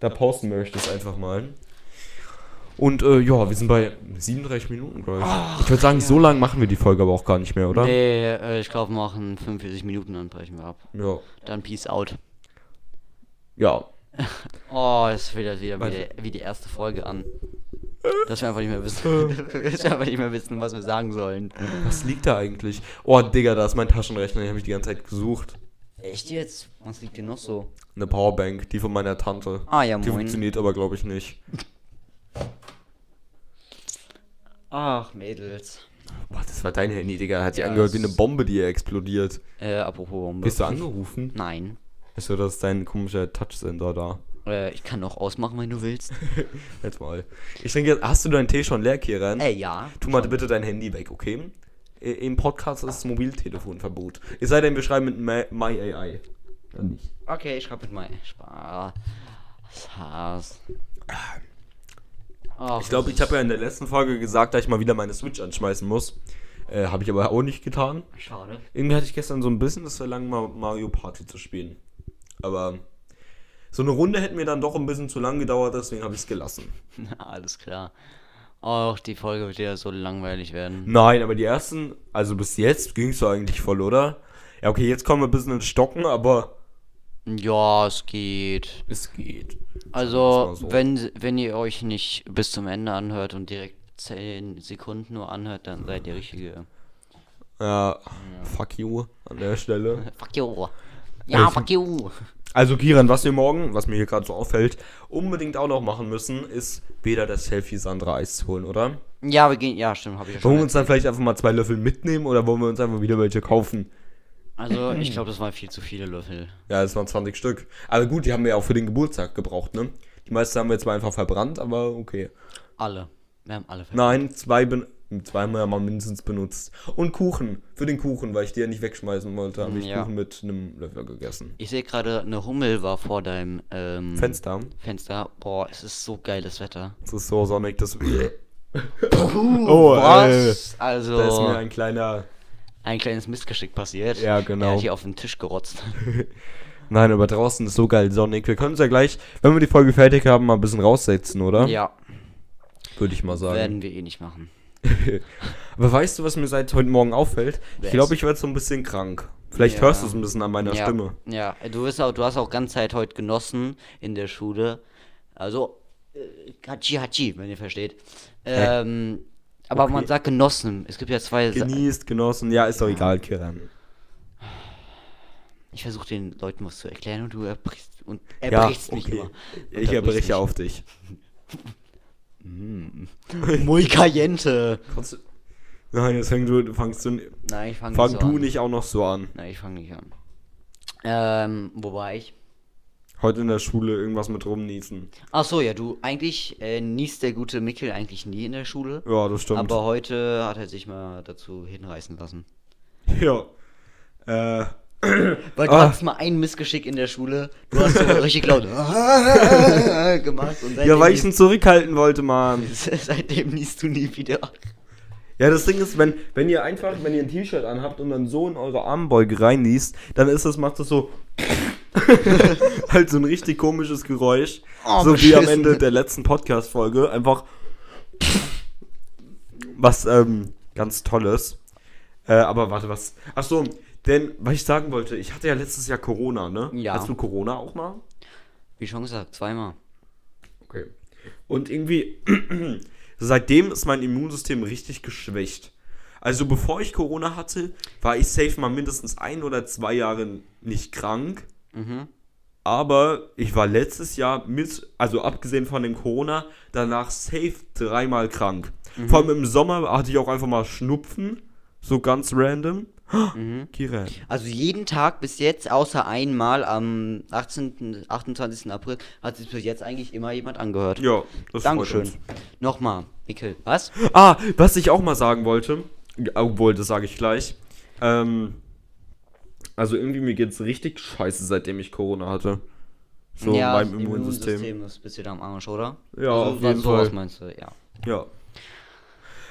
Speaker 1: Da posten wir euch das einfach mal. Und äh, ja, wir sind bei 37 Minuten, glaube ich. ich würde sagen, so lang machen wir die Folge aber auch gar nicht mehr, oder?
Speaker 2: Ah, Nee, äh, ich glaube, machen 45 Minuten, dann brechen wir ab.
Speaker 1: Ja.
Speaker 2: Dann Peace out.
Speaker 1: Ja.
Speaker 2: Oh, es fällt das wieder wie,
Speaker 1: Weißt
Speaker 2: der, wie die erste Folge an. Dass wir einfach nicht mehr
Speaker 1: (laughs)
Speaker 2: wissen, dass wir einfach nicht mehr wissen, was wir sagen sollen.
Speaker 1: Was liegt da eigentlich? Oh, Digga, da ist mein Taschenrechner, den habe ich die ganze Zeit gesucht.
Speaker 2: Echt jetzt? Was liegt denn noch so?
Speaker 1: Eine Powerbank, die von meiner Tante.
Speaker 2: Ah, ja,
Speaker 1: Die
Speaker 2: moin.
Speaker 1: funktioniert aber, glaube ich, nicht.
Speaker 2: Ach, Mädels.
Speaker 1: Boah, das war dein Handy, Digga. Hat sich
Speaker 2: Ja,
Speaker 1: angehört wie eine
Speaker 2: es-
Speaker 1: Bombe, die hier explodiert.
Speaker 2: Äh, apropos
Speaker 1: (laughs)
Speaker 2: Bombe.
Speaker 1: Bist du angerufen?
Speaker 2: Nein.
Speaker 1: Achso, das ist dein komischer Touchsender da.
Speaker 2: Äh, ich kann auch ausmachen, wenn du willst.
Speaker 1: (laughs) Jetzt mal. Ich trinke jetzt. Hast du deinen Tee schon leer, Kieran?
Speaker 2: Ey,
Speaker 1: (laughs)
Speaker 2: Äh, ja.
Speaker 1: Tu mal bitte dein Handy weg, okay? I- Im Podcast ist Mobiltelefonverbot. Es sei denn, wir schreiben mit My, My AI. Dann nicht.
Speaker 2: Okay, ich schreibe mit meinem Spaß. Spaß. Ach,
Speaker 1: Ich glaube, ich habe ja in der letzten Folge gesagt, dass ich mal wieder meine Switch anschmeißen muss. Äh, habe ich aber auch nicht getan.
Speaker 2: Schade. (laughs)
Speaker 1: Irgendwie hatte ich gestern so ein bisschen das Verlangen, mal Mario Party zu spielen. Aber so eine Runde hätte mir dann doch ein bisschen zu lang gedauert, deswegen habe ich es gelassen.
Speaker 2: Na, Alles klar. Ach, die Folge wird ja so langweilig werden.
Speaker 1: Nein, aber die ersten, also bis jetzt ging es eigentlich voll, oder? Ja, okay, jetzt kommen wir ein bisschen ins Stocken, aber
Speaker 2: Ja, es geht.
Speaker 1: es geht.
Speaker 2: Also,
Speaker 1: Sagen wir's mal so.
Speaker 2: wenn, wenn ihr euch nicht bis zum Ende anhört und direkt 10 Sekunden nur anhört, dann seid ihr richtige.
Speaker 1: Ja, fuck you an der (laughs) Stelle.
Speaker 2: Fuck you. Ja,
Speaker 1: Ich-
Speaker 2: fuck you.
Speaker 1: Also Kiran, was wir morgen, was mir hier gerade so auffällt, unbedingt auch noch machen müssen, ist weder das Selfie Sandra Eis zu holen, oder?
Speaker 2: Ja, wir gehen. Ja, stimmt, habe ich ja
Speaker 1: Wollen wir
Speaker 2: schon.
Speaker 1: uns dann vielleicht einfach mal zwei Löffel mitnehmen oder wollen wir uns einfach wieder welche kaufen?
Speaker 2: Also, ich glaube, das waren viel zu viele Löffel.
Speaker 1: Ja, das waren 20 Stück. Aber gut, die haben wir ja auch für den Geburtstag gebraucht, ne? Die meisten haben wir zwar einfach verbrannt, aber okay.
Speaker 2: Alle. Wir haben alle vergessen.
Speaker 1: Nein, zwei ben zweimal haben wir mindestens benutzt. Und Kuchen. Für den Kuchen, weil ich die ja nicht wegschmeißen wollte, habe ich
Speaker 2: Ja.
Speaker 1: Kuchen mit einem Löffel gegessen.
Speaker 2: Ich sehe gerade, eine Hummel war vor deinem ähm,
Speaker 1: Fenster.
Speaker 2: Fenster. Boah, es ist so geiles Wetter.
Speaker 1: Das ist so sonnig, (laughs) das. äh,
Speaker 2: Oh, was? also,
Speaker 1: Da ist mir ein kleiner.
Speaker 2: ein kleines Missgeschick passiert.
Speaker 1: Ja,
Speaker 2: Er
Speaker 1: genau.
Speaker 2: hat hier auf den
Speaker 1: (laughs)
Speaker 2: Tisch gerotzt.
Speaker 1: Nein, aber draußen ist so geil sonnig. Wir können uns ja gleich, wenn wir die Folge fertig haben, mal ein bisschen raussetzen, oder?
Speaker 2: ja,
Speaker 1: Würde ich mal sagen.
Speaker 2: werden wir eh nicht machen.
Speaker 1: Aber weißt du, was mir seit heute Morgen auffällt? Ich
Speaker 2: Was?
Speaker 1: glaube, ich werde so ein bisschen krank. Vielleicht
Speaker 2: Ja.
Speaker 1: hörst du es ein bisschen an meiner
Speaker 2: ja,
Speaker 1: Stimme.
Speaker 2: Ja, du, bist auch, du hast auch ganz Zeit heute genossen in der Schule. Also, äh, Hachi Hachi, wenn ihr versteht. Ähm, aber man sagt genossen. Es gibt ja zwei. Sa-
Speaker 1: Genießt, genossen. Ja, ist doch egal, Kiran.
Speaker 2: Ich versuche den Leuten was zu erklären und du erbrichst, und
Speaker 1: Ja,
Speaker 2: erbrichst mich
Speaker 1: okay.
Speaker 2: immer.
Speaker 1: Ich erbreche auf dich.
Speaker 2: Muy caliente.
Speaker 1: Kannst du- Nein, jetzt fängst du, fangst du,
Speaker 2: Nein, ich fange
Speaker 1: fang
Speaker 2: nicht so
Speaker 1: du
Speaker 2: an.
Speaker 1: nicht auch noch so an.
Speaker 2: Nein, ich fange nicht an. Ähm, wo war ich?
Speaker 1: Heute in der Schule irgendwas mit rumniesen.
Speaker 2: Ach so, ja, du, eigentlich äh, niest der gute Mickel eigentlich nie in der Schule.
Speaker 1: Ja, das stimmt.
Speaker 2: Aber heute hat er sich mal dazu hinreißen lassen.
Speaker 1: (laughs) ja. Äh,
Speaker 2: Weil du
Speaker 1: Ah.
Speaker 2: hattest mal ein Missgeschick in der Schule. Du hast so richtig laut (laughs) gemacht. Und seitdem,
Speaker 1: ja, weil ich ihn zurückhalten wollte, Mann.
Speaker 2: (laughs) seitdem niest du nie wieder.
Speaker 1: Ja, das Ding ist, wenn, wenn ihr einfach, wenn ihr ein T-Shirt anhabt und dann so in eure Armbeuge reinliest, dann ist das, macht das so. (laughs) halt so ein richtig komisches Geräusch.
Speaker 2: Oh,
Speaker 1: so wie am
Speaker 2: beschissen.
Speaker 1: Ende der letzten Podcast-Folge. Einfach. was ähm, ganz Tolles. Äh, aber warte, was. Ach so, denn, was ich sagen wollte, ich hatte ja letztes Jahr Corona, ne?
Speaker 2: Ja.
Speaker 1: Hast du Corona auch mal?
Speaker 2: Wie schon gesagt, zweimal.
Speaker 1: Okay. Und irgendwie, (clears throat) seitdem ist mein Immunsystem richtig geschwächt. Also bevor ich Corona hatte, war ich safe mal mindestens ein oder zwei Jahre nicht krank. Aber ich war letztes Jahr mit, also abgesehen von dem Corona, danach safe dreimal krank. Vor allem im Sommer hatte ich auch einfach mal Schnupfen. So ganz random. (gasps) Kiran.
Speaker 2: Also jeden Tag bis jetzt, außer einmal am 18., 28. April, hat sich bis jetzt eigentlich immer jemand angehört.
Speaker 1: Ja, das freut
Speaker 2: Dankeschön.
Speaker 1: uns.
Speaker 2: Nochmal, Mikkel. Was?
Speaker 1: Ah, was ich auch mal sagen wollte, obwohl, das sage ich gleich. Ähm, also irgendwie mir geht's richtig scheiße, seitdem ich Corona hatte. So in
Speaker 2: ja,
Speaker 1: meinem Immunsystem.
Speaker 2: ist ein bisschen am Arsch, oder?
Speaker 1: Ja,
Speaker 2: also,
Speaker 1: auf jeden
Speaker 2: sowas
Speaker 1: Fall.
Speaker 2: meinst du, ja.
Speaker 1: Ja.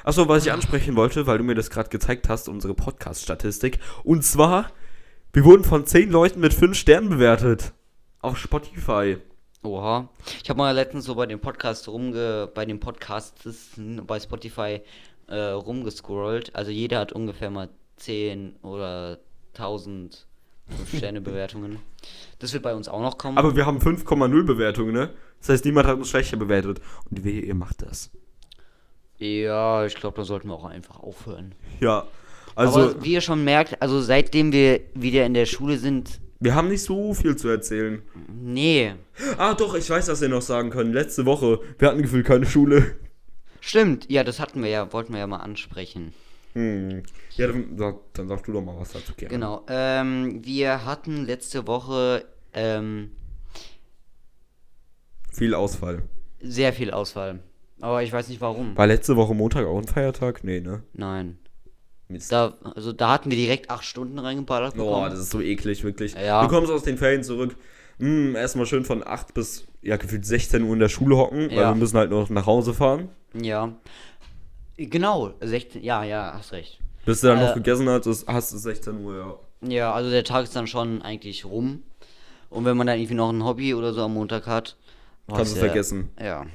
Speaker 1: Achso, was ich ansprechen wollte, weil du mir das gerade gezeigt hast, unsere Podcast-Statistik. Und zwar, wir wurden von 10 Leuten mit 5 Sternen bewertet. Auf Spotify.
Speaker 2: Oha. Ich habe mal letztens so bei dem Podcast rumge bei den Podcasts bei Spotify äh, rumgescrollt. Also jeder hat ungefähr mal 10 oder 1000
Speaker 1: (laughs)
Speaker 2: Sterne Bewertungen. Das wird bei uns auch noch kommen.
Speaker 1: Aber wir haben 5,0 Bewertungen, ne? Das heißt, niemand hat uns schlechter bewertet. Und wehe, ihr macht das.
Speaker 2: ja, ich glaube, da sollten wir auch einfach aufhören.
Speaker 1: Ja. Also,
Speaker 2: Aber wie ihr schon merkt, also seitdem wir wieder in der Schule sind,
Speaker 1: wir haben nicht so viel zu erzählen.
Speaker 2: nee.
Speaker 1: Ah, doch, ich weiß, was wir noch sagen können. Letzte Woche, wir hatten gefühlt keine Schule.
Speaker 2: Stimmt, ja, das hatten wir ja, wollten wir ja mal ansprechen.
Speaker 1: Hm. Ja, dann, sag- dann sagst du doch mal was dazu, Kern.
Speaker 2: Genau. Ähm, wir hatten letzte Woche ähm,
Speaker 1: Viel Ausfall.
Speaker 2: sehr viel Auswahl. Aber ich weiß nicht warum.
Speaker 1: War letzte Woche Montag auch ein Feiertag? Nee, ne?
Speaker 2: Nein.
Speaker 1: Mist.
Speaker 2: Da, also da hatten wir direkt acht Stunden reingeballert bekommen.
Speaker 1: Boah, das ist so eklig, wirklich.
Speaker 2: Ja.
Speaker 1: Du kommst aus den Ferien zurück. Mm, erstmal schön von 8 bis, ja, gefühlt 16 Uhr in der Schule hocken, weil
Speaker 2: Ja.
Speaker 1: wir müssen halt noch nach Hause fahren.
Speaker 2: ja. Genau, 16. Ja, ja, hast recht.
Speaker 1: Bis du dann noch
Speaker 2: Äh.
Speaker 1: gegessen hast, ist, hast du 16 Uhr, ja.
Speaker 2: Ja, also der Tag ist dann schon eigentlich rum. Und wenn man dann irgendwie noch ein Hobby oder so am Montag hat, boah,
Speaker 1: Kannst du
Speaker 2: ist der-
Speaker 1: vergessen.
Speaker 2: Ja.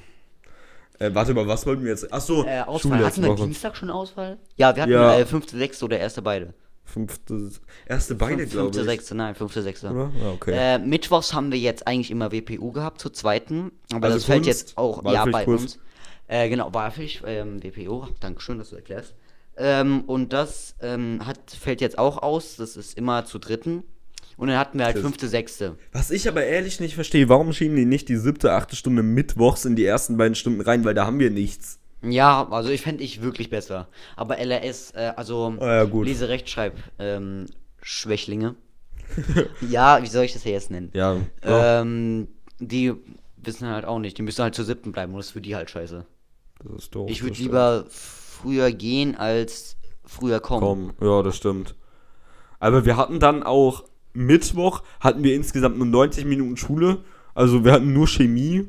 Speaker 1: Äh, warte mal, was wollten wir jetzt? Achso,
Speaker 2: Äh,
Speaker 1: so,
Speaker 2: Auswahl.
Speaker 1: Schule
Speaker 2: Hatten
Speaker 1: letzte
Speaker 2: wir
Speaker 1: Woche.
Speaker 2: Dienstag schon Auswahl? Ja, wir hatten
Speaker 1: Ja.
Speaker 2: äh, fünfte, sechste oder erste beide.
Speaker 1: Fünfte, erste Beine,
Speaker 2: Fünf-
Speaker 1: glaube
Speaker 2: Fünfte,
Speaker 1: ich.
Speaker 2: sechste, nein, fünfte, sechste.
Speaker 1: Oder? Ja, okay.
Speaker 2: Äh, Mittwochs haben wir jetzt eigentlich immer WPU gehabt, zur zweiten. Aber
Speaker 1: Also
Speaker 2: das fällt
Speaker 1: Kunst,
Speaker 2: jetzt auch, ja,
Speaker 1: Wahlpflicht,
Speaker 2: bei
Speaker 1: Kunst.
Speaker 2: uns. Äh, genau, Wahlpflicht, ähm, WPU. Dankeschön, dass du erklärst. Ähm, und das ähm, hat, fällt jetzt auch aus. Das ist immer zu dritten. Und dann hatten wir halt
Speaker 1: Tschüss.
Speaker 2: fünfte, sechste.
Speaker 1: Was ich aber ehrlich nicht verstehe, warum schieben die nicht die siebte, achte Stunde mittwochs in die ersten beiden Stunden rein, weil da haben wir nichts.
Speaker 2: Ja, also ich fände ich wirklich besser. Aber LRS, äh, also
Speaker 1: Ah ja, gut.
Speaker 2: Lese, Rechtschreib, ähm,
Speaker 1: (laughs)
Speaker 2: Schwächlinge. ja, wie soll ich das hier jetzt nennen?
Speaker 1: Ja. Äh,
Speaker 2: Ähm, die wissen halt auch nicht. Die müssen halt zur siebten bleiben und das ist für die halt scheiße.
Speaker 1: das ist doof.
Speaker 2: Ich
Speaker 1: Oh,
Speaker 2: würde
Speaker 1: das stimmt.
Speaker 2: lieber früher gehen als früher kommen.
Speaker 1: Komm, ja, das stimmt. Aber wir hatten dann auch Mittwoch, hatten wir insgesamt nur 90 Minuten Schule. Also wir hatten nur Chemie.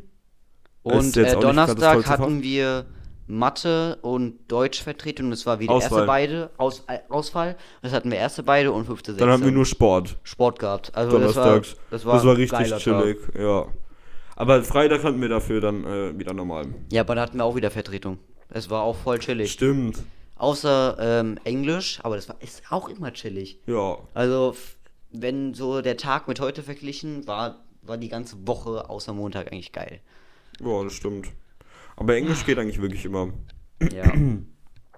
Speaker 2: Und
Speaker 1: Ist jetzt
Speaker 2: äh,
Speaker 1: auch nicht gerade das
Speaker 2: Donnerstag
Speaker 1: tollste Fach.
Speaker 2: hatten wir Mathe und Deutsch vertreten und es war wieder
Speaker 1: Auswahl.
Speaker 2: erste beide Aus, äh, Auswahl. Das hatten wir erste beide und fünfte, sechste.
Speaker 1: Dann hatten wir nur Sport.
Speaker 2: Sport gehabt. Also
Speaker 1: Donnerstags.
Speaker 2: das war, das war, ein
Speaker 1: richtig
Speaker 2: geiler
Speaker 1: chillig, ja. Aber Freitag hatten wir dafür dann äh, wieder normal.
Speaker 2: Tag. Ja, aber da hatten wir auch wieder Vertretung. Es war auch voll chillig.
Speaker 1: Stimmt.
Speaker 2: Außer ähm, Englisch, aber das war ist auch immer chillig.
Speaker 1: Ja.
Speaker 2: Also, f- wenn so der Tag mit heute verglichen, war, war die ganze Woche außer Montag eigentlich geil.
Speaker 1: Ja, das stimmt. Aber
Speaker 2: Ah.
Speaker 1: Englisch geht eigentlich wirklich immer.
Speaker 2: Ja. Und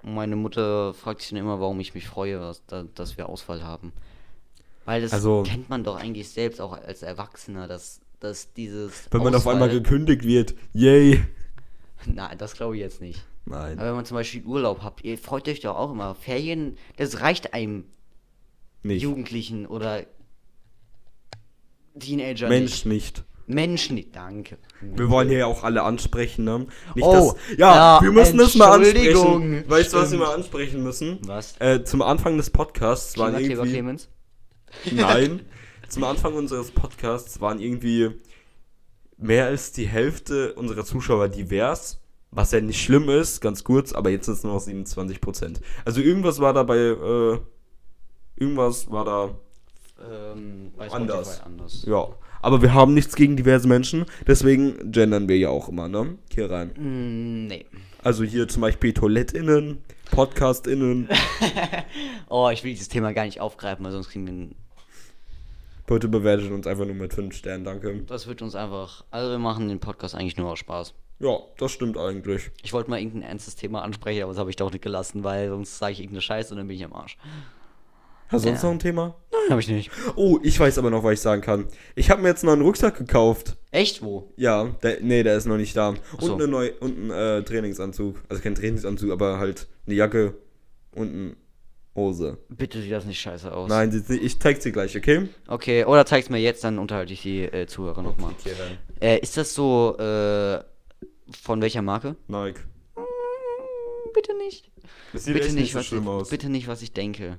Speaker 2: meine Mutter fragt sich dann immer, warum ich mich freue, was, da, dass wir Ausfall haben. Weil das
Speaker 1: Also-
Speaker 2: kennt man doch eigentlich selbst auch als Erwachsener, dass, dass dieses.
Speaker 1: Wenn man auf
Speaker 2: Ausfall-
Speaker 1: einmal gekündigt wird. Yay.
Speaker 2: (laughs) Nein, das glaube ich jetzt nicht. Aber
Speaker 1: Nein.
Speaker 2: wenn man zum Beispiel Urlaub habt, ihr freut euch doch auch immer. Ferien, das reicht einem
Speaker 1: Nicht.
Speaker 2: Jugendlichen oder Teenager nicht.
Speaker 1: Mensch nicht.
Speaker 2: Menschen nicht, danke.
Speaker 1: Wir wollen hier ja auch alle ansprechen, ne? Nicht
Speaker 2: Oh,
Speaker 1: das. Ja,
Speaker 2: ja,
Speaker 1: wir müssen das mal ansprechen.
Speaker 2: Entschuldigung,
Speaker 1: Weißt du, was wir
Speaker 2: stimmt.
Speaker 1: mal ansprechen müssen?
Speaker 2: Was?
Speaker 1: Äh, zum Anfang des Podcasts waren
Speaker 2: Klimakleber
Speaker 1: irgendwie.
Speaker 2: Clemens? (laughs)
Speaker 1: Nein. zum Anfang unseres Podcasts waren irgendwie mehr als die Hälfte unserer Zuschauer divers. Was ja nicht schlimm ist, ganz kurz, aber jetzt sind es nur noch 27%. Also irgendwas war dabei, äh, irgendwas war da
Speaker 2: Ähm, bei
Speaker 1: Anders.
Speaker 2: Spotify anders.
Speaker 1: Ja, aber wir haben nichts gegen diverse Menschen, deswegen gendern wir ja auch immer, ne? Hier rein.
Speaker 2: Mm, nee.
Speaker 1: Also hier zum Beispiel ToilettInnen, PodcastInnen.
Speaker 2: Oh, ich will dieses Thema gar nicht aufgreifen, weil sonst kriegen wir. einen-
Speaker 1: Bitte bewertet uns einfach nur mit 5 Sternen, danke.
Speaker 2: Das wird uns einfach. Also, wir machen den Podcast eigentlich nur aus Spaß.
Speaker 1: Ja, das stimmt eigentlich.
Speaker 2: Ich wollte mal irgendein ernstes Thema ansprechen, aber das habe ich doch nicht gelassen, weil sonst sage ich irgendeine Scheiße und dann bin ich am Arsch.
Speaker 1: Hast du sonst noch ein Thema?
Speaker 2: Nein, habe ich nicht.
Speaker 1: Oh, ich weiß aber noch, was ich sagen kann. Ich habe mir jetzt einen neuen Rucksack gekauft.
Speaker 2: Echt wo?
Speaker 1: Ja, der, nee, der ist noch nicht da. Und,
Speaker 2: so.
Speaker 1: eine neue, und einen äh, Trainingsanzug. Also kein Trainingsanzug, aber halt eine Jacke und eine Hose.
Speaker 2: Bitte sieht das nicht scheiße aus.
Speaker 1: Nein, sie- sie- ich zeig sie gleich, okay?
Speaker 2: Okay, oder zeig's mir jetzt, dann unterhalte ich die äh, Zuhörer nochmal. Äh, ist das so, äh, von welcher Marke?
Speaker 1: Nike.
Speaker 2: Bitte nicht.
Speaker 1: Das sieht
Speaker 2: bitte
Speaker 1: echt nicht so
Speaker 2: was
Speaker 1: schlimm
Speaker 2: ich,
Speaker 1: aus.
Speaker 2: Bitte nicht, was ich denke.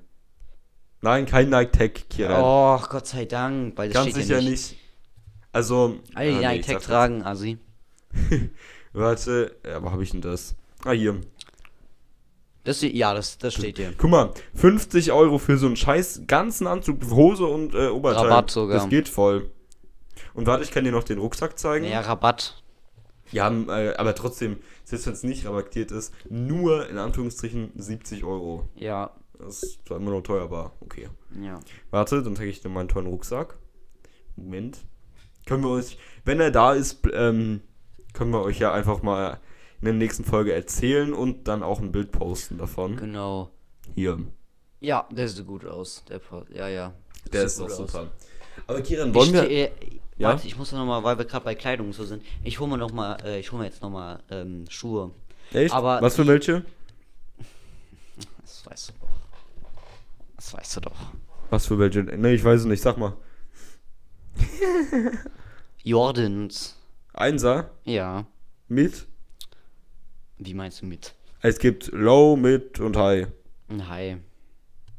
Speaker 1: Nein, kein Nike Tech, Kieran.
Speaker 2: Oh, Gott sei Dank, weil das
Speaker 1: Ganz
Speaker 2: steht
Speaker 1: sicher
Speaker 2: ja nicht.
Speaker 1: nicht. Also.
Speaker 2: Alle, die
Speaker 1: ah, nee,
Speaker 2: Nike
Speaker 1: ich
Speaker 2: Tech
Speaker 1: sag-
Speaker 2: tragen, Asi.
Speaker 1: (laughs) Warte, ja, wo habe ich denn das? Ah, hier.
Speaker 2: Das, steht- ja, das, das steht hier.
Speaker 1: Guck mal, 50 Euro für so einen scheiß ganzen Anzug, Hose und äh, Oberteil.
Speaker 2: Rabatt sogar.
Speaker 1: Das geht voll. Und warte, ich kann dir noch den Rucksack zeigen.
Speaker 2: Ja, Rabatt.
Speaker 1: Ja, m, äh, aber trotzdem, selbst wenn es nicht rabattiert ist, nur in Anführungsstrichen 70 Euro.
Speaker 2: Ja,
Speaker 1: Das ist zwar immer noch teuer, aber okay.
Speaker 2: ja.
Speaker 1: Warte, dann zeige ich dir meinen tollen Rucksack. Moment. Können wir euch, wenn er da ist, bl- ähm, können wir euch ja einfach mal in der nächsten Folge erzählen und dann auch ein Bild posten davon.
Speaker 2: Genau.
Speaker 1: Hier.
Speaker 2: Ja, der sieht gut aus. Der, Pro- ja, ja.
Speaker 1: Der ist
Speaker 2: Sieht gut
Speaker 1: doch
Speaker 2: aus.
Speaker 1: super. Aber Kiran,
Speaker 2: Ich
Speaker 1: wollen wir.
Speaker 2: stehe,
Speaker 1: Ja?
Speaker 2: Warte, ich muss noch mal, weil wir gerade bei Kleidung so sind. Ich hole mir noch mal, äh, ich hole mir jetzt noch mal ähm, Schuhe.
Speaker 1: Echt?
Speaker 2: aber
Speaker 1: Was für welche?
Speaker 2: Das weißt du doch. Das weißt du doch.
Speaker 1: Was für welche? Ne, ich weiß es nicht, sag mal.
Speaker 2: Jordans.
Speaker 1: Einser
Speaker 2: Ja.
Speaker 1: mit.
Speaker 2: Wie meinst du mit?
Speaker 1: Es gibt Low, Mid und High.
Speaker 2: Ein Hai.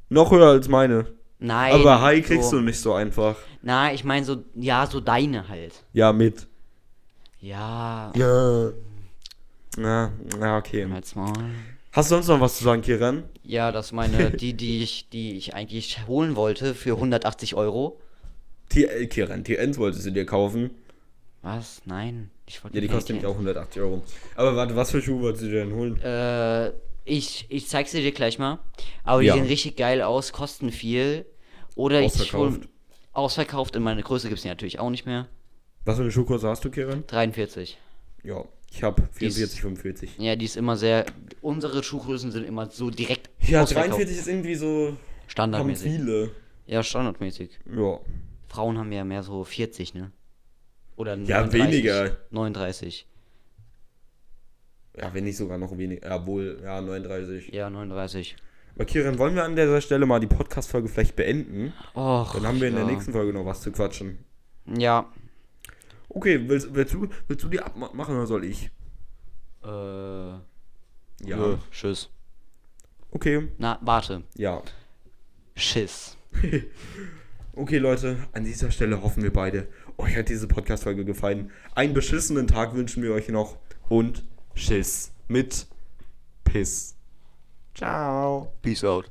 Speaker 1: Noch höher als meine.
Speaker 2: Nein.
Speaker 1: Aber High kriegst
Speaker 2: so.
Speaker 1: du nicht so einfach.
Speaker 2: Nein, ich meine so, ja, so deine halt.
Speaker 1: Ja, mit.
Speaker 2: Ja.
Speaker 1: Ja. Na, na, okay.
Speaker 2: Halt's mal.
Speaker 1: Hast du sonst noch was zu sagen, Kiran?
Speaker 2: Ja, das meine, die, die ich, die ich eigentlich holen wollte für 180 Euro.
Speaker 1: TL, Kiran, TNs wolltest du dir kaufen.
Speaker 2: Was? Nein. Ich wollte
Speaker 1: Ja, die
Speaker 2: keine
Speaker 1: kostet nämlich
Speaker 2: Tier-
Speaker 1: auch 180 Euro. Aber warte, was für Schuhe wolltest du dir denn holen?
Speaker 2: Äh, ich, ich zeig sie dir gleich mal. Aber die
Speaker 1: Ja.
Speaker 2: sehen richtig geil aus, kosten viel. Oder ich hol,
Speaker 1: Ausverkauft.
Speaker 2: ausverkauft in meiner Größe gibt's die natürlich auch nicht mehr.
Speaker 1: Was für eine Schuhkurse hast du, Kiran?
Speaker 2: 43.
Speaker 1: Ja, ich hab
Speaker 2: Die ist-
Speaker 1: 44, 45.
Speaker 2: Ja, die ist immer sehr. Unsere Schuhgrößen sind immer so direkt.
Speaker 1: Ja,
Speaker 2: ausverkauft.
Speaker 1: 43 ist irgendwie so. Haben
Speaker 2: Standardmäßig.
Speaker 1: viele.
Speaker 2: Ja, standardmäßig.
Speaker 1: Ja.
Speaker 2: Frauen haben ja mehr so 40, ne? Oder
Speaker 1: Ja, weniger.
Speaker 2: 39.
Speaker 1: Ja, wenn nicht sogar noch weniger. Jawohl, ja, 39.
Speaker 2: Ja, 39.
Speaker 1: Aber Kiran, wollen wir an dieser Stelle mal die Podcast-Folge vielleicht beenden?
Speaker 2: Och,
Speaker 1: Dann haben wir in
Speaker 2: ja.
Speaker 1: der nächsten Folge noch was zu quatschen.
Speaker 2: Ja.
Speaker 1: Okay, willst, willst, du, willst du die abmachen oder soll ich?
Speaker 2: Äh.
Speaker 1: Ja.
Speaker 2: nö, Tschüss.
Speaker 1: Okay,
Speaker 2: Na, warte.
Speaker 1: ja.
Speaker 2: Schiss.
Speaker 1: Okay, Leute, an dieser Stelle hoffen wir beide, euch hat diese Podcast-Folge gefallen. Einen beschissenen Tag wünschen wir euch noch und Schiss mit Piss. Ciao.
Speaker 2: Peace out.